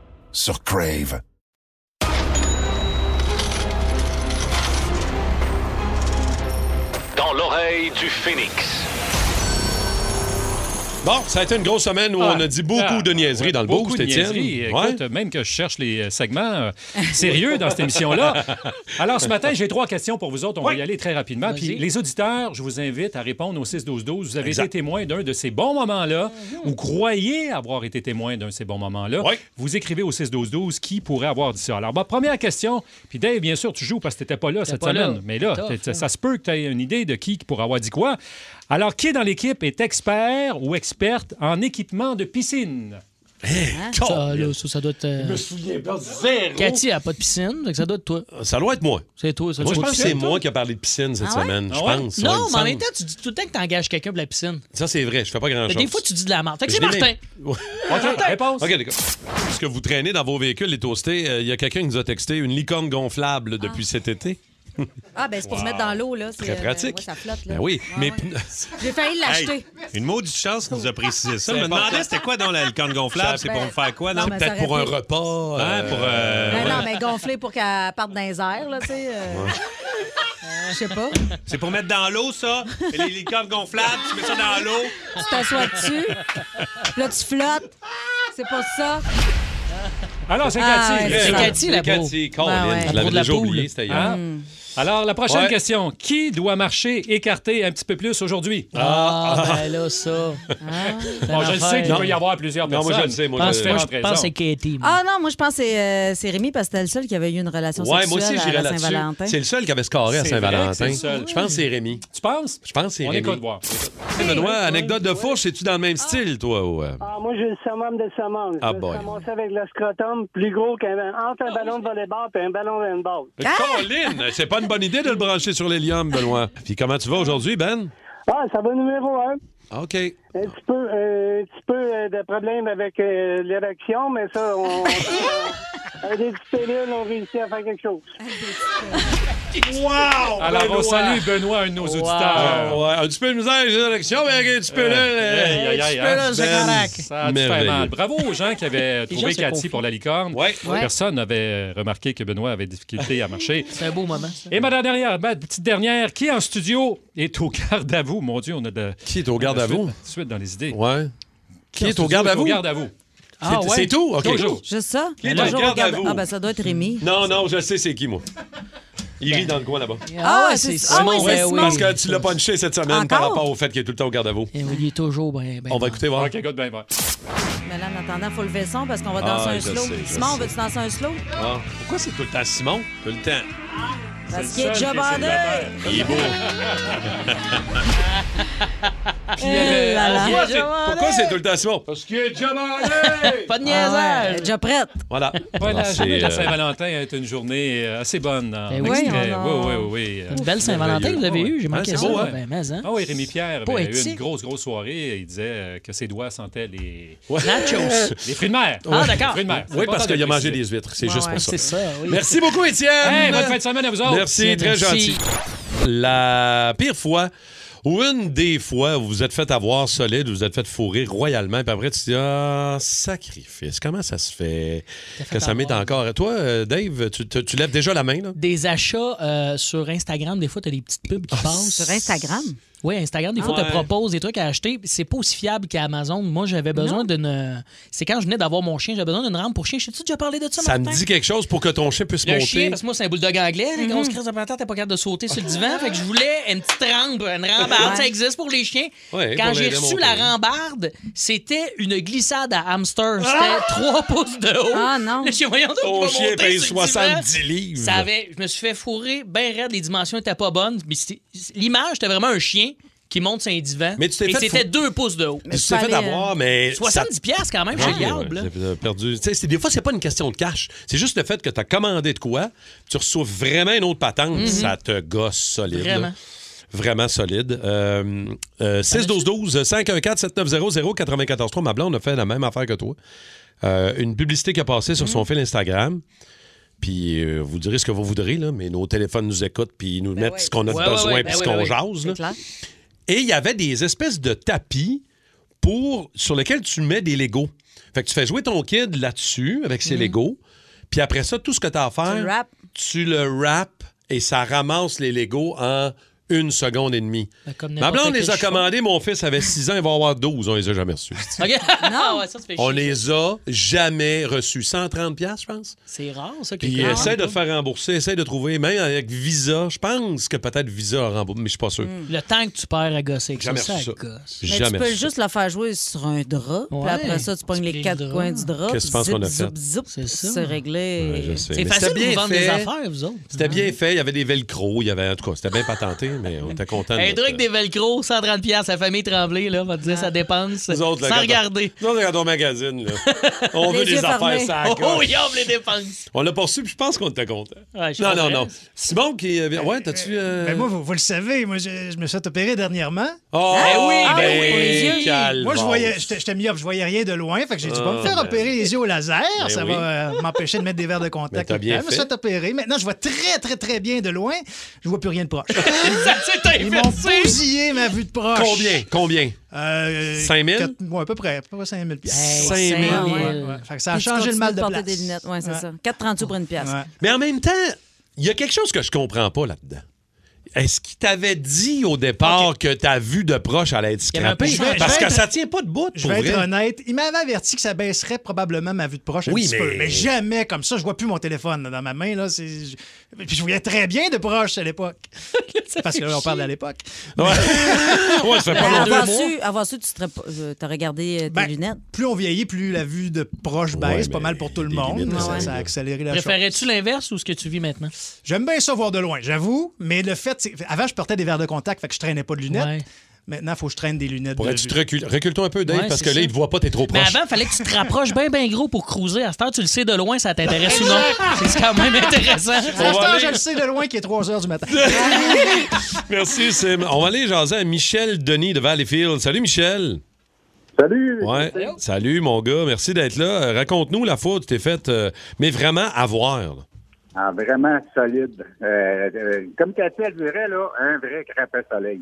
S13: sur Crave.
S7: Dans l'oreille du phénix.
S1: Bon, ça a été une grosse semaine où
S17: Ah.
S1: on a dit beaucoup
S17: Ah.
S1: de niaiseries dans le
S17: Beaucoup
S1: boost,
S17: de
S1: Étienne.
S17: niaiseries.
S1: Ouais.
S17: Écoute, même que je cherche les euh, segments euh, sérieux dans cette émission-là. Alors, ce matin, j'ai trois questions pour vous autres. On va y aller très rapidement. Puis,
S1: Vas-y.
S17: les auditeurs, je vous invite à répondre au 6-12-12. Vous avez
S1: Exact. Mhm.
S17: été témoin d'un de ces bons moments-là ou croyez avoir été témoin d'un de ces bons moments-là. Vous écrivez au 6-12-12 qui pourrait avoir dit ça. Alors, ma première question, puis Dave, bien sûr, tu joues parce que tu n'étais pas là cette
S1: pas
S17: semaine.
S1: là.
S17: Mais là,
S1: Tough,
S17: t'es-
S1: hein.
S17: ça se peut que tu aies une idée de qui qui pourrait avoir dit quoi. Alors, qui dans l'équipe est expert ou experte en équipement de piscine?
S5: Hein?
S6: Ça, là, ça, ça doit être. euh,
S17: pas zéro.
S6: Cathy, elle n'a Ah, pas de piscine, donc ça doit être toi.
S1: Ça doit être moi.
S6: C'est toi. ça
S1: Moi,
S6: doit
S1: je
S6: être
S1: pense que
S6: toi.
S1: c'est moi qui a parlé de piscine cette
S6: Ah ouais?
S1: semaine. Je
S6: Ah ouais?
S1: pense. Ouais,
S6: Non,
S1: il me
S6: mais en
S1: semble.
S6: même temps, tu dis tout le temps que t'engages quelqu'un pour la piscine.
S1: Ça, c'est vrai. Je fais pas grand-chose.
S6: Des fois, tu dis de la merde. Fait que
S1: Je
S6: c'est
S1: l'ai
S6: Martin.
S1: Ouais.
S6: Martin.
S1: OK, d'accord. Ce que vous traînez dans vos véhicules, les toastés, euh, il y a quelqu'un qui nous a texté une licorne gonflable depuis cet été.
S5: Ah, ben c'est pour se
S1: Wow.
S5: mettre dans l'eau, là. c'est- euh,
S1: Très pratique.
S5: ouais, ça flotte, là.
S1: Ben oui,
S5: Ouais,
S1: mais
S5: ouais. J'ai failli l'acheter.
S11: Une maudite chance qu'il nous a précisé ça. Je
S1: C'est
S11: me
S1: important.
S11: demandais c'était quoi dans la licorne gonflable? C'est pour me faire quoi?
S5: Non,
S11: là?
S5: mais ça aurait pu-
S1: repas.
S11: Hein, pour, euh,
S5: Ben non,
S11: ouais.
S5: mais gonflé pour qu'elle parte dans les airs, là, tu sais. euh,
S11: Ouais.
S5: Je sais pas.
S11: C'est pour mettre dans l'eau, ça. Et les licornes gonflables, tu mets ça dans l'eau.
S5: Tu t'assois dessus, puis là, tu flottes. C'est pas ça.
S17: Alors, c'est
S5: Ah,
S17: Cathy.
S5: ouais, c'est
S17: Vraiment.
S5: ça. Cathy, la
S1: pauvre. Cathy, Colin,
S17: Ah
S1: je l'avais La peau de la déjà poule. oublié, c'était hier.
S17: Hein?
S6: Hmm.
S1: Mm.
S17: Alors, la prochaine
S1: Ouais.
S17: question. Qui doit marcher écarté un petit peu plus aujourd'hui?
S6: Ah, ben là, ça. Ah, ben
S17: Bon, je le sais qu'il
S1: Non.
S17: peut y avoir plusieurs
S1: Non, moi,
S17: personnes.
S1: je le sais, moi,
S6: Pense-
S1: je-
S6: moi,
S1: Moi,
S6: je
S1: je
S6: pense que
S1: raison.
S6: c'est Katie.
S5: Ah non, moi, je pense que c'est euh, c'est Rémi parce que c'était le seul qui avait eu une relation
S1: Ouais,
S5: sexuelle
S1: moi aussi,
S5: à
S1: j'irais
S5: la
S1: là-dessus.
S5: euh, Saint-Valentin.
S1: C'est le seul qui avait scoré à
S17: C'est vrai que c'est
S1: Saint-Valentin.
S17: le seul.
S1: Je pense que c'est Rémi.
S17: Tu penses?
S1: Je pense que c'est
S17: On
S1: Rémi.
S17: écoute voir.
S1: Hey, Benoît, anecdote de fourche, c'est-tu dans le
S5: Ah.
S1: même style, toi? ou, euh?
S20: Ah, moi, j'ai le summum de summum.
S1: Ah
S20: je me
S1: boy.
S20: suis ramassé avec le scrotum plus gros qu'un entre un ballon de volleyball et un ballon de handball.
S1: Colin, c'est pas une bonne idée de le brancher sur l'hélium, Benoît. Puis comment tu vas aujourd'hui, Ben?
S20: Ah, ça va numéro un.
S1: OK.
S20: Un petit peu, euh, un petit peu euh, de problème avec euh, l'érection, mais ça, on. on- Avec des petites pilules, on réussit à faire quelque chose.
S19: Wow!
S17: Alors, on
S1: Benoît.
S17: salue Benoît, un de nos auditeurs.
S1: Ah, Ouais, un petit peu de misère, j'ai l'élection, mais un petit peu là.
S17: Euh,
S1: euh,
S17: aïe, aïe,
S1: un petit
S17: aïe,
S1: peu là,
S17: hein.
S1: c'est
S17: Ben,
S1: correct.
S17: ça a dû faire
S1: Merveilleux.
S17: mal. Bravo aux gens qui avaient trouvé
S1: gens se
S17: Cathy
S1: confient.
S17: pour la licorne.
S1: Ouais.
S17: Personne n'avait euh, remarqué que Benoît avait difficulté à marcher.
S6: C'est un beau moment. ça.
S17: Et ma dernière, ma petite dernière, qui en studio est au garde à vous? Mon Dieu, on a de.
S1: Qui est au garde
S17: on a
S1: à
S17: de suite-
S1: vous?
S17: de Suite dans les idées.
S1: Ouais. Qui
S17: en
S1: est au
S17: studio
S1: garde à vous?
S17: Au garde à vous.
S1: Ah C'est- ouais? c'est tout? OK.
S17: Toujours.
S5: Juste ça?
S1: Qui est
S5: Toujours
S1: dans le garde à vous?
S5: Ah, ben ça doit être Rémi.
S1: Non, non, je sais c'est qui, moi. Il rit dans le coin là-bas.
S5: Ah ouais, c'est ah ouais, c'est Simon.
S1: Parce que tu l'as punché cette semaine
S5: Encore?
S1: par rapport au fait qu'il est tout le temps au garde à vous.
S6: Et oui, il est toujours bien. ben
S1: On va
S6: mort.
S1: écouter voir.
S17: OK, écoute bien, bien.
S5: Mais là, en attendant, faut lever le son parce qu'on va
S1: Ah,
S5: danser un
S1: je
S5: slow.
S1: sais, je
S5: Simon,
S1: sais.
S5: on veut-tu danser un slow?
S1: Ah. Pourquoi c'est tout le temps Simon? Tout le temps.
S5: Parce
S19: C'est
S5: qu'il
S19: le
S5: est
S19: seul
S5: déjà
S19: qui est
S5: bandé!
S19: célibataire.
S1: Il est beau.
S5: Eh là là.
S1: Pourquoi c'est- Pourquoi c'est tout le temps Simon? Parce qu'il est déjà
S6: Pas de
S5: Ah
S6: niaisage.
S5: ouais, déjà prête.
S1: Voilà.
S17: la
S1: Alors, c'est,
S17: journée de la
S1: euh,
S17: Saint-Valentin est une journée euh, assez bonne. en
S6: Ben oui,
S17: extrait.
S6: on
S17: oui,
S6: a-
S17: oui, oui, oui.
S6: Une belle Saint-Valentin, vous avez eu, j'ai
S17: Ouais,
S6: manqué
S17: c'est
S6: ça.
S17: beau, hein?
S6: Ben, mais, hein?
S17: Ah oui, Rémi Pierre ben, a eu une
S6: Poétique.
S17: grosse, grosse soirée. Il disait euh, que ses doigts sentaient les.
S6: Nachos.
S17: Les fruits de mer.
S6: Euh, Ah, d'accord.
S17: Les fruits de mer.
S1: Oui, parce qu'il a mangé des huîtres. C'est juste pour ça. Merci beaucoup, Étienne.
S17: Hey, bonne fin de semaine à vous autres.
S1: Merci, très gentil. La pire fois ou une des fois où vous vous êtes fait avoir solide, vous vous êtes fait fourrer royalement, puis après tu te dis Ah, sacrifice, comment ça se fait que ça m'est encore. Toi, euh, Dave, tu, tu- tu lèves déjà la main, là?
S6: Des achats euh, sur Instagram, des fois, t'as des petites pubs qui passent.
S5: Sur Instagram?
S6: Oui, Instagram, des fois,
S4: Ouais.
S6: te propose des trucs à acheter. C'est pas aussi fiable qu'Amazon. Moi, j'avais besoin d'une. C'est quand je venais d'avoir mon chien, j'avais besoin d'une rampe pour chien. Je sais-tu déjà parlé de ça,
S1: Ça me
S6: Martin?
S1: dit quelque chose pour que ton chien puisse
S6: Le
S1: monter.
S6: chien, parce que moi, c'est un bulldog anglais. Les
S4: Mhm.
S6: grosses crises de patate, t'es pas capable de sauter sur le divan. Fait que je voulais une petite rampe, une rambarde.
S4: Ouais.
S6: Ça existe pour les chiens.
S4: Ouais,
S6: Quand
S4: pour
S6: j'ai
S4: les
S6: reçu
S4: remonter.
S6: la rambarde, c'était une glissade à hamster.
S4: Ah!
S6: C'était 3 pouces de haut.
S5: Ah, non.
S6: Le chien, voyons donc,
S1: Ton
S6: il va
S1: chien
S6: monter
S1: pèse
S6: sur le divan.
S1: 70 livres.
S6: Ça avait, je me suis fait fourrer bien raide. Les dimensions étaient pas bonnes. Mais c'était- L'image, c'était vraiment un chien qui monte sur un divan.
S1: Mais tu t'es
S6: Et
S1: fait
S6: c'était
S1: fou-
S6: 2 pouces de haut.
S1: Tu t'es fait
S6: euh,
S1: avoir, mais.
S6: 70 piastres quand même chez
S1: Ouais,
S6: Yab, là.
S1: ouais, j'ai perdu. Tu sais, c'est- Des fois, c'est pas une question de cash. C'est juste le fait que tu as commandé de quoi, tu reçois vraiment une autre patente,
S6: Mhm.
S1: ça te gosse solide. là.
S6: Vraiment.
S1: Vraiment solide. Euh, euh, 6-12-12, 514-7900-943. Ma blonde a fait la même affaire que toi. Euh, une publicité qui a passé
S11: Mhm.
S1: sur son fil Instagram. Puis euh, vous direz ce que vous voudrez, là, mais nos téléphones nous écoutent puis ils nous mettent ce qu'on a
S11: Ben Ouais, ouais,
S1: besoin
S11: ouais, ben
S1: puis ce
S11: oui,
S1: qu'on
S11: ben oui.
S1: jase.
S11: C'est
S1: là.
S11: clair.
S1: Et il y avait des espèces de tapis pour, sur lesquels tu mets des Legos. Fait que tu fais jouer ton kid là-dessus avec ses Legos. Puis après ça, tout ce que tu as à faire,
S5: Mhm. Tu le wrappes.
S1: tu le wrappes et ça ramasse les Legos en une seconde et demie.
S6: Ben, comme
S1: Ma
S6: n'importe
S1: blonde les
S6: quel
S1: a
S6: choix.
S1: commandés, mon fils avait 6 ans, il va avoir 12, on les a jamais reçus.
S6: OK. Non, ouais, ça, tu fais
S1: On
S6: chier.
S1: les a jamais reçus. 130 pièces, je pense.
S6: C'est rare, ça.
S1: Puis euh,
S6: quelque part.
S1: essaie de te faire rembourser, essaie de trouver, même avec Visa, je pense que peut-être Visa a remboursé, mais je suis pas sûr.
S5: Hmm.
S6: Le temps que tu perds à gosser, avec ça,
S1: Jamais
S6: ça
S1: reçu ça.
S6: gosse.
S5: Mais
S1: Jamais
S5: tu peux
S1: reçu ça.
S5: juste la faire jouer sur un drap.
S6: Ouais.
S5: Puis après ça, tu pognes
S6: Tu
S5: les
S6: plies
S5: quatre
S6: le drap.
S5: coins du drap.
S1: Qu'est-ce que tu penses
S5: zip,
S1: qu'on a
S5: zip,
S1: fait?
S5: zip,
S6: C'est ça.
S5: C'est réglé.
S1: Ouais, je sais.
S6: C'est
S1: Mais
S6: facile
S1: c'était
S6: de vous
S1: bien
S6: vendre des
S1: fait.
S6: affaires, vous autres.
S1: C'était bien fait, il y avait des velcro, il y avait en tout cas, c'était bien patenté, mais on était content.
S6: Un truc des velcro, 130 pièces, la famille Tremblay là, va te dire sa dépense. sans regarder.
S1: Nous autres, regardons magazine, là. on
S6: Les
S1: veut des
S6: yeux
S1: affaires
S6: fermés.
S1: ça.
S6: Oh, oh, il ouvre les dépenses.
S1: On l'a poursuivi, puis je pense qu'on était content.
S6: Ouais, je
S1: non,
S6: pense
S1: non,
S6: que-
S1: non. Simon qui. euh, Ouais, t'as-tu. euh,
S21: Ben moi, vous, vous le savez, moi, je, je me suis fait opérer dernièrement.
S1: Oh,
S21: Ah
S1: oui,
S21: ah
S1: ben
S21: oui, pour les yeux.
S1: calvance.
S21: Moi, je voyais, j'étais j'étais myope, je voyais rien de loin. Fait que j'ai dit, pas me
S1: Ah,
S21: faire
S1: ben.
S21: opérer les yeux au laser.
S1: Ben
S21: ça
S1: oui.
S21: va euh, m'empêcher de mettre des verres de
S1: Mais
S21: contact.
S1: t'as bien
S21: Je me suis
S1: fait.
S21: fait opérer. Maintenant, je vois très, très, très bien de loin. Je vois plus rien de proche. Ils m'ont
S6: inversé.
S21: bousillé ma vue de proche.
S1: Combien? Combien?
S21: Euh,
S1: 5 000?
S21: quatre- ouais, à peu près. À peu près 5 000
S1: Hey, 5 000.
S21: Ouais, ouais. Fait que ça a
S5: Puis tu
S21: changé le mal
S5: continues
S21: de
S5: porter
S21: place.
S5: des lunettes, ouais, c'est
S21: Ouais.
S5: ça. 4,38 pour une pièce.
S1: Mais en même temps, il y a quelque chose que je comprends pas là-dedans. Est-ce qu'il t'avait dit au départ que ta vue de proche allait être
S21: Il y avait un peu
S1: scrappée?
S21: de chance.
S1: Parce
S21: Je vais
S1: que
S21: être-
S1: ça tient pas debout,
S21: Je
S1: pour
S21: vais
S1: vrai.
S21: être honnête, il m'avait averti que ça baisserait probablement ma vue de proche un
S1: Oui,
S21: petit
S1: mais-
S21: peu, mais jamais comme ça. Je vois plus mon téléphone là, dans ma main. Là, c'est- je- Puis je voyais très bien de proche à l'époque. Parce que là, on parle à l'époque.
S1: Ouais, ouais ça fait
S5: Mais
S21: pas
S5: avoir
S21: longtemps.
S5: su, avoir su, tu serais pas- euh, t'as regardé euh, tes lunettes.
S21: Ben, Plus on vieillit, plus la vue de proche baisse, pas mal pour tout le monde.
S5: limites,
S21: ça,
S5: ouais.
S21: ça a accéléré la chose.
S6: Préférais-tu l'inverse ou ce que tu vis maintenant?
S21: J'aime bien ça voir de loin, j'avoue, mais le fait, c'est... avant, je portais des verres de contact, fait que je traînais pas de lunettes. Maintenant, il faut que je traîne des lunettes. de
S1: Pourrais-tu te
S21: vue.
S1: reculer? Recule-toi un peu, Dave,
S21: Ouais,
S1: parce
S21: c'est
S1: que là,
S21: ça.
S1: il te voit pas, t'es trop
S6: Mais
S1: proche.
S6: avant, fallait que tu te rapproches bien, bien gros pour cruiser. À cette heure, tu le sais de loin, ça t'intéresse ou non. C'est quand même intéressant.
S21: À ce temps, je le sais de loin qu'il est 3 h du matin.
S1: Merci, Sim. On va aller jaser à Michel Denis de Valleyfield. Salut, Michel.
S22: Salut.
S1: Ouais. Salut, mon gars. Merci d'être là. Euh, Raconte-nous la fois où tu t'es fait, euh, mais vraiment avoir. là.
S22: Ah, vraiment solide. Euh, euh, comme Cathy elle dirait, là, un vrai crapet soleil.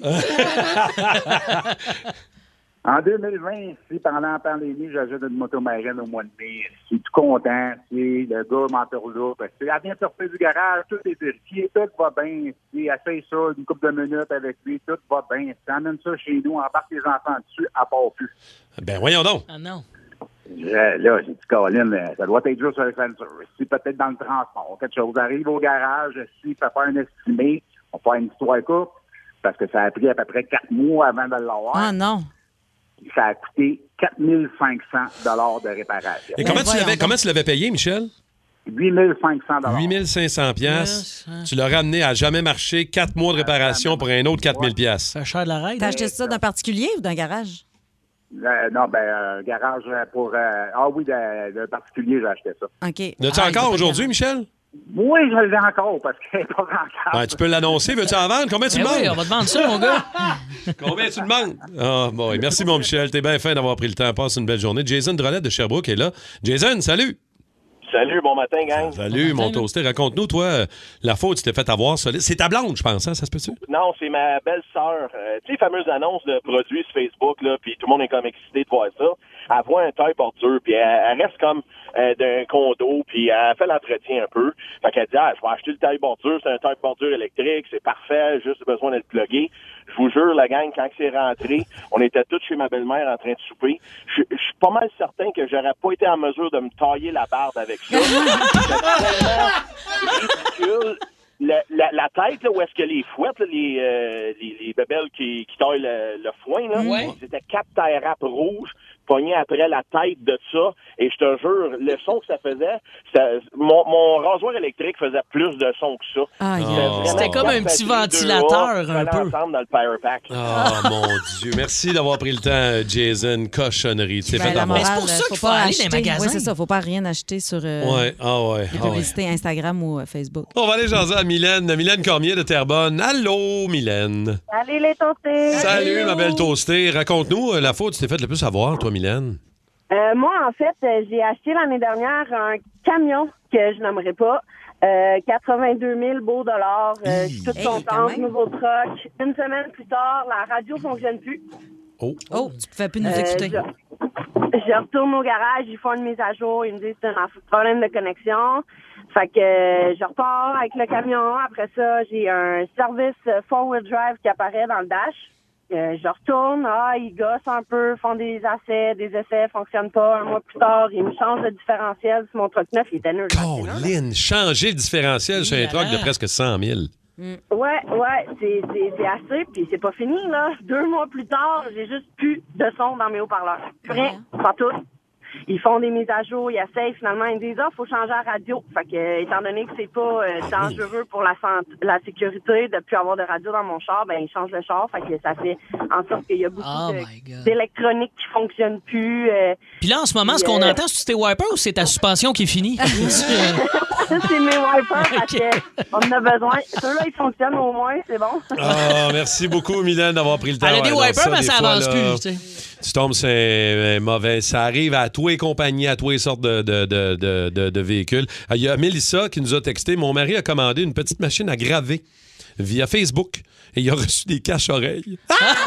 S22: en 2020, si pendant la pandémie, j'ajoute une moto marine au mois de mai, je suis tout content. Si le gars m'entoure là, parce que, elle vient sortir du garage, tout est vérifié, tout va bien. Si essaye ça une couple de minutes avec lui, tout va bien. Si amène ça chez nous, embarque les enfants dessus, à part plus.
S1: Ben, voyons donc.
S6: Ah non.
S16: Euh,
S22: Je- là, j'ai dit, Colin, euh, ça doit être juste sur le fencer. Si peut-être dans le transport, quelque chose arrive au garage, si ça fait un estimé, on fait une histoire courte, parce que ça a pris à peu près quatre mois avant de l'avoir.
S5: Ah non.
S22: Ça a coûté 4500 dollars de réparation.
S1: Et
S5: Ben,
S1: comment, tu l'avais, comment tu l'avais payé, Michel?
S22: 8500
S1: 8500 pièces. Tu l'as ramené à jamais marché. Quatre mois de réparation pour un autre 4000 pièces.
S6: Ça cher de la
S5: T'as acheté ça d'un particulier ou d'un garage?
S22: Euh, non, ben, euh, garage euh, pour... euh, ah oui, de, de particulier, j'ai acheté ça.
S5: OK.
S1: L'as-tu encore aujourd'hui, Michel?
S22: Oui, je l'ai encore, parce qu'elle n'est pas rentable.
S1: Ben, tu peux l'annoncer. Veux-tu en vendre? Combien tu
S22: Ben
S1: le
S22: oui,
S1: demandes?
S22: on va te vendre ça, mon gars.
S1: Combien tu demandes? Ah, bon, et merci, mon Michel. T'es bien fin d'avoir pris le temps. Passe une belle journée. Jason Drolet de Sherbrooke est là. Jason, salut!
S23: Salut, bon matin, gang.
S1: Salut, mon toasté. Raconte-nous, toi, euh, la faute, tu t'es fait avoir solide. C'est ta blonde, je pense, hein? Ça se peut-tu?
S23: Non, c'est ma belle-sœur. Euh, tu sais, les fameuses annonces de produits sur Facebook, là, puis tout le monde est comme excité de voir ça. Elle voit un taille porteur, puis elle, elle reste comme euh, d'un condo, puis elle fait l'entretien un peu. Fait qu'elle dit, ah, je vais acheter le taille porteur, c'est un taille porteur électrique, c'est parfait, juste besoin d'être plugué. Je vous jure, la gang, quand c'est rentré, on était tous chez ma belle-mère en train de souper. Je je suis pas mal certain que j'aurais pas été en mesure de me tailler la barbe avec ça. C'était tellement ridicule. La, la- la tête, là, où est-ce que les fouettes, là, les, euh, les, les bébelles qui, qui taillent le, le foin, là, c'était quatre terres rap rouges pognées après la tête de ça. Et je te jure, le son que ça faisait, ça- mon, mon rasoir électrique faisait plus de son que ça.
S6: Aïe.
S23: vraiment
S6: C'était comme un
S23: quatre
S6: petit
S23: batteries, deux
S6: ventilateur,
S23: hauts,
S6: un
S23: collés
S6: peu.
S23: ensemble dans le Power Pack.
S1: Ah, mon Dieu. Merci d'avoir pris le temps, euh, Jason. Cochonnerie. Tu t'es
S5: Ben,
S1: fait
S5: la
S1: avoir.
S5: morale,
S6: pour ça
S5: faut
S6: qu'il faut
S5: pas
S6: aller dans les
S5: acheter.
S6: magasins.
S5: Oui, c'est ça. Faut pas rien acheter sur euh,
S1: Ouais, ah ouais.
S5: les
S1: ah ouais. Oh.
S5: publicités Instagram ou euh, Facebook.
S1: On va aller jaser à Mylène. Mylène Cormier de Terrebonne. Allô, Mylène.
S3: Allez les toastés!
S1: Salut, ma belle toastée. Raconte-nous euh, la faute. Tu t'es fait le plus avoir, toi, Mylène.
S5: Ah.
S3: Euh, moi, en fait, euh, j'ai acheté l'année dernière un camion que je nommerai pas. Euh, 82 000 beaux dollars. Euh, je suis toute
S20: Hey, quand
S3: contente.
S20: même.
S3: Nouveau truck. Une semaine plus tard, la radio fonctionne plus.
S1: Oh.
S5: Oh, tu pouvais plus nous
S3: Euh,
S5: écouter.
S3: je, je retourne au garage, ils font une mise à jour, ils me disent c'est un enf- problème de connexion. Fait que euh, je repars avec le camion. Après ça, j'ai un service euh, four-wheel drive qui apparaît dans le dash. Euh, je retourne, ah, ils gossent un peu, font des essais, des essais, fonctionnent pas. Un mois plus tard, ils me changent de différentiel sur mon truck neuf, il était nul.
S1: Lynn, changer le différentiel sur un
S3: là
S1: truck de
S3: là.
S1: presque 100 000.
S3: Mm. Ouais, ouais, c'est- c'est c'est assez, puis c'est pas fini, là. Deux mois plus tard, j'ai juste plus de son dans mes haut-parleurs. Plus rien, pas tout. Ils font des mises à jour, ils essayent, finalement, ils disent, ah, faut changer la radio. Fait que, euh, étant donné que c'est pas euh,
S6: Ah
S3: dangereux pour la santé, la sécurité de plus avoir de radio dans mon char, ben, ils changent le char. Fait que ça fait en sorte qu'il y a beaucoup
S6: Oh my
S3: de- d'électronique qui fonctionne plus. euh,
S6: Puis là, en ce moment, ce
S3: puis,
S6: qu'on
S3: euh,
S6: entend, c'est tes wipers ou c'est ta suspension qui est finie?
S3: c'est mes wipers, parce que on en a besoin. Ceux-là, ils fonctionnent au moins, c'est bon.
S1: Ah, merci beaucoup, Mylène, d'avoir pris le temps.
S3: Elle a des
S1: Ouais, non,
S3: wipers, mais ça
S1: fois,
S3: avance
S1: là,
S3: plus, tu
S1: Tu tombes, c'est euh, mauvais. Ça arrive à tous les compagnies, à toutes les sortes de, de, de, de, de- de véhicules. Ah, Il y a Mélissa qui nous a texté Mon mari a commandé une petite machine à graver via Facebook et il a reçu des caches-oreilles.
S6: Ah!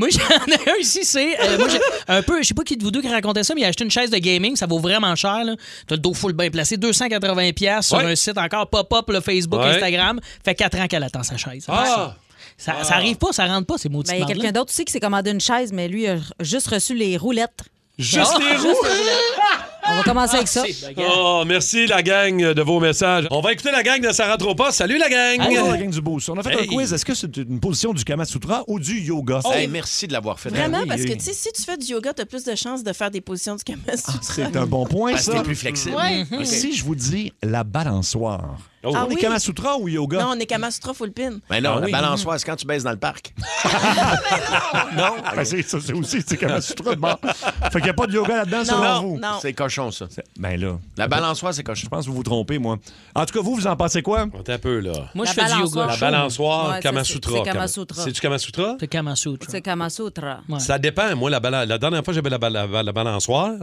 S6: Moi, j'en ai un ici, c'est. euh, moi, j'ai un peu. Je sais pas qui de vous deux qui racontait ça, mais il a acheté une chaise de gaming. Ça vaut vraiment cher, là. T'as le dos full bien placé. 280$ piastres sur
S24: Ouais.
S6: un site encore pop-up, le Facebook,
S24: Ouais.
S6: Instagram. Fait 4 ans qu'elle attend sa chaise.
S24: Ah!
S6: Ça,
S24: Ah.
S6: ça arrive pas, ça rentre pas, ces
S1: Oh,
S5: Ben,
S6: maudits
S5: Il y a quelqu'un d'autre aussi qui s'est commandé une chaise, mais lui a juste reçu les roulettes.
S1: Juste
S5: Ah,
S1: les
S5: juste
S1: roues?
S5: roulettes. On va commencer avec ça.
S1: Oh, merci la gang euh, de vos messages. On va écouter la gang de Sarah trop pas. Salut la gang!
S11: Allô, la gang du Boost. On a fait un
S1: Hey.
S11: quiz. Est-ce que c'est une position du Kamasutra ou du yoga?
S10: Oh.
S11: Hey, merci de l'avoir fait.
S10: Vraiment,
S11: Ben oui,
S10: parce que
S11: hey.
S10: tu sais, si tu fais du yoga, t'as plus de chances de faire des positions du
S1: Ah,
S10: Kama Sutra.
S11: C'est un bon point,
S10: Parce que
S11: ça.
S10: t'es plus flexible.
S11: Ouais.
S10: Mhm.
S11: Si je vous dis la balançoire,
S10: Oh. Ah
S11: on est
S10: oui.
S11: Kamasutra ou yoga?
S10: Non, on est Kama Sutra full pin.
S11: Ben non, Ah la oui. balançoire,
S10: c'est quand tu baisses dans le parc.
S11: non. Ben, c'est ça, c'est aussi, c'est Kamasutra. Bon. Fait qu'il n'y a pas de yoga là-dedans, selon vous.
S10: C'est
S11: cochon, ça. Ben là.
S10: La balançoire, c'est
S11: cochon. Je pense que vous vous trompez, moi. En tout cas, vous, vous en pensez quoi?
S1: Attends un peu, là.
S5: Moi, La je fais du balançoire. yoga.
S1: La balançoire,
S5: Ouais, ça,
S1: Kamasutra.
S5: c'est- c'est Kamasutra.
S1: C'est du Kamasutra?
S6: C'est Kamasutra.
S5: C'est Kamasutra.
S1: Ça dépend. Moi, la, bala- la dernière fois, j'avais la, bala- la balançoire.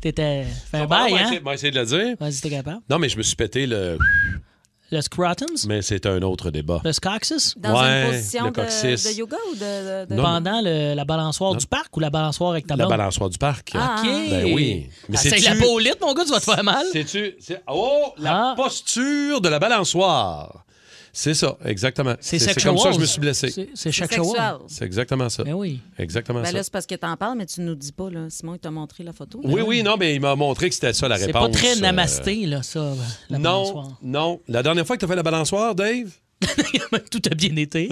S6: T'étais. Fait un
S1: On
S6: bail,
S1: va
S6: hein?
S1: essayer- on va essayer de le dire.
S6: Vas-y, t'es capable.
S1: Non, mais je me suis pété le.
S6: Le scrotum?
S1: Mais c'est un autre débat.
S6: Le scoxis?
S1: Dans Ouais, une position le de- coccyx. de
S5: yoga ou de. Ben,
S1: Non.
S6: Pendant le- la balançoire du parc ou la balançoire avec ta
S1: La
S6: blonde?
S1: balançoire du parc.
S6: Ah, OK.
S1: Ben oui.
S6: Ah, c'est la paulite, mon gars, tu vas te faire mal.
S1: C'est-tu. c'est- Oh, la
S6: Ah.
S1: posture de la balançoire. C'est ça, exactement.
S6: C'est
S1: comme ça
S6: sexual.
S1: que je me suis blessé.
S6: C'est-
S5: c'est sexual. sexual.
S1: C'est exactement ça.
S6: oui.
S1: Exactement
S5: Ben
S1: ça.
S5: là, c'est parce que t'en parles, mais tu nous dis pas, là. Simon, il t'a montré la photo.
S1: Oui, oui, non, mais il m'a montré que c'était ça la réponse.
S6: C'est pas très
S1: euh,
S6: namasté, là, ça, la balançoire.
S1: Non, non. La dernière fois que tu as fait la balançoire, Dave?
S6: Tout a bien été.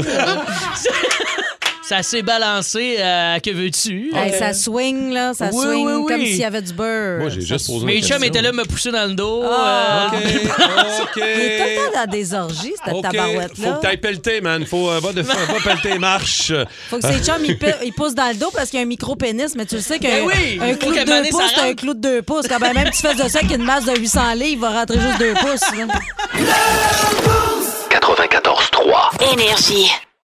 S6: Ça s'est balancé, euh, que veux-tu?
S5: Hey,
S6: Euh,
S5: ça swing, là. Ça
S6: Oui,
S5: swing
S6: oui, oui.
S5: comme s'il y avait du beurre.
S1: Moi, j'ai juste posé
S6: Mes
S1: une question.
S6: chums étaient là, me poussaient dans le dos.
S5: Ah.
S6: euh,
S1: OK.
S5: Il est tout le temps dans des orgies, cette
S1: OK,
S5: tabarouette-là.
S1: Faut que t'ailles pelleter, man. Faut, euh, va, de, va pelleter les marches.
S5: Faut que ses chums, ils, pe- ils poussent dans le dos parce qu'il y a un micro-pénis, mais tu le sais qu'un
S6: Ben oui,
S5: un
S6: faut
S5: clou de
S6: qu'à
S5: 2
S6: maner, ça
S5: pouces, c'est un
S6: rentre.
S5: clou de 2 pouces. Quand ben même tu fais de ça avec une masse de 800 livres, il va rentrer juste 2 pouces. là.
S25: 94-3.
S8: Énergie.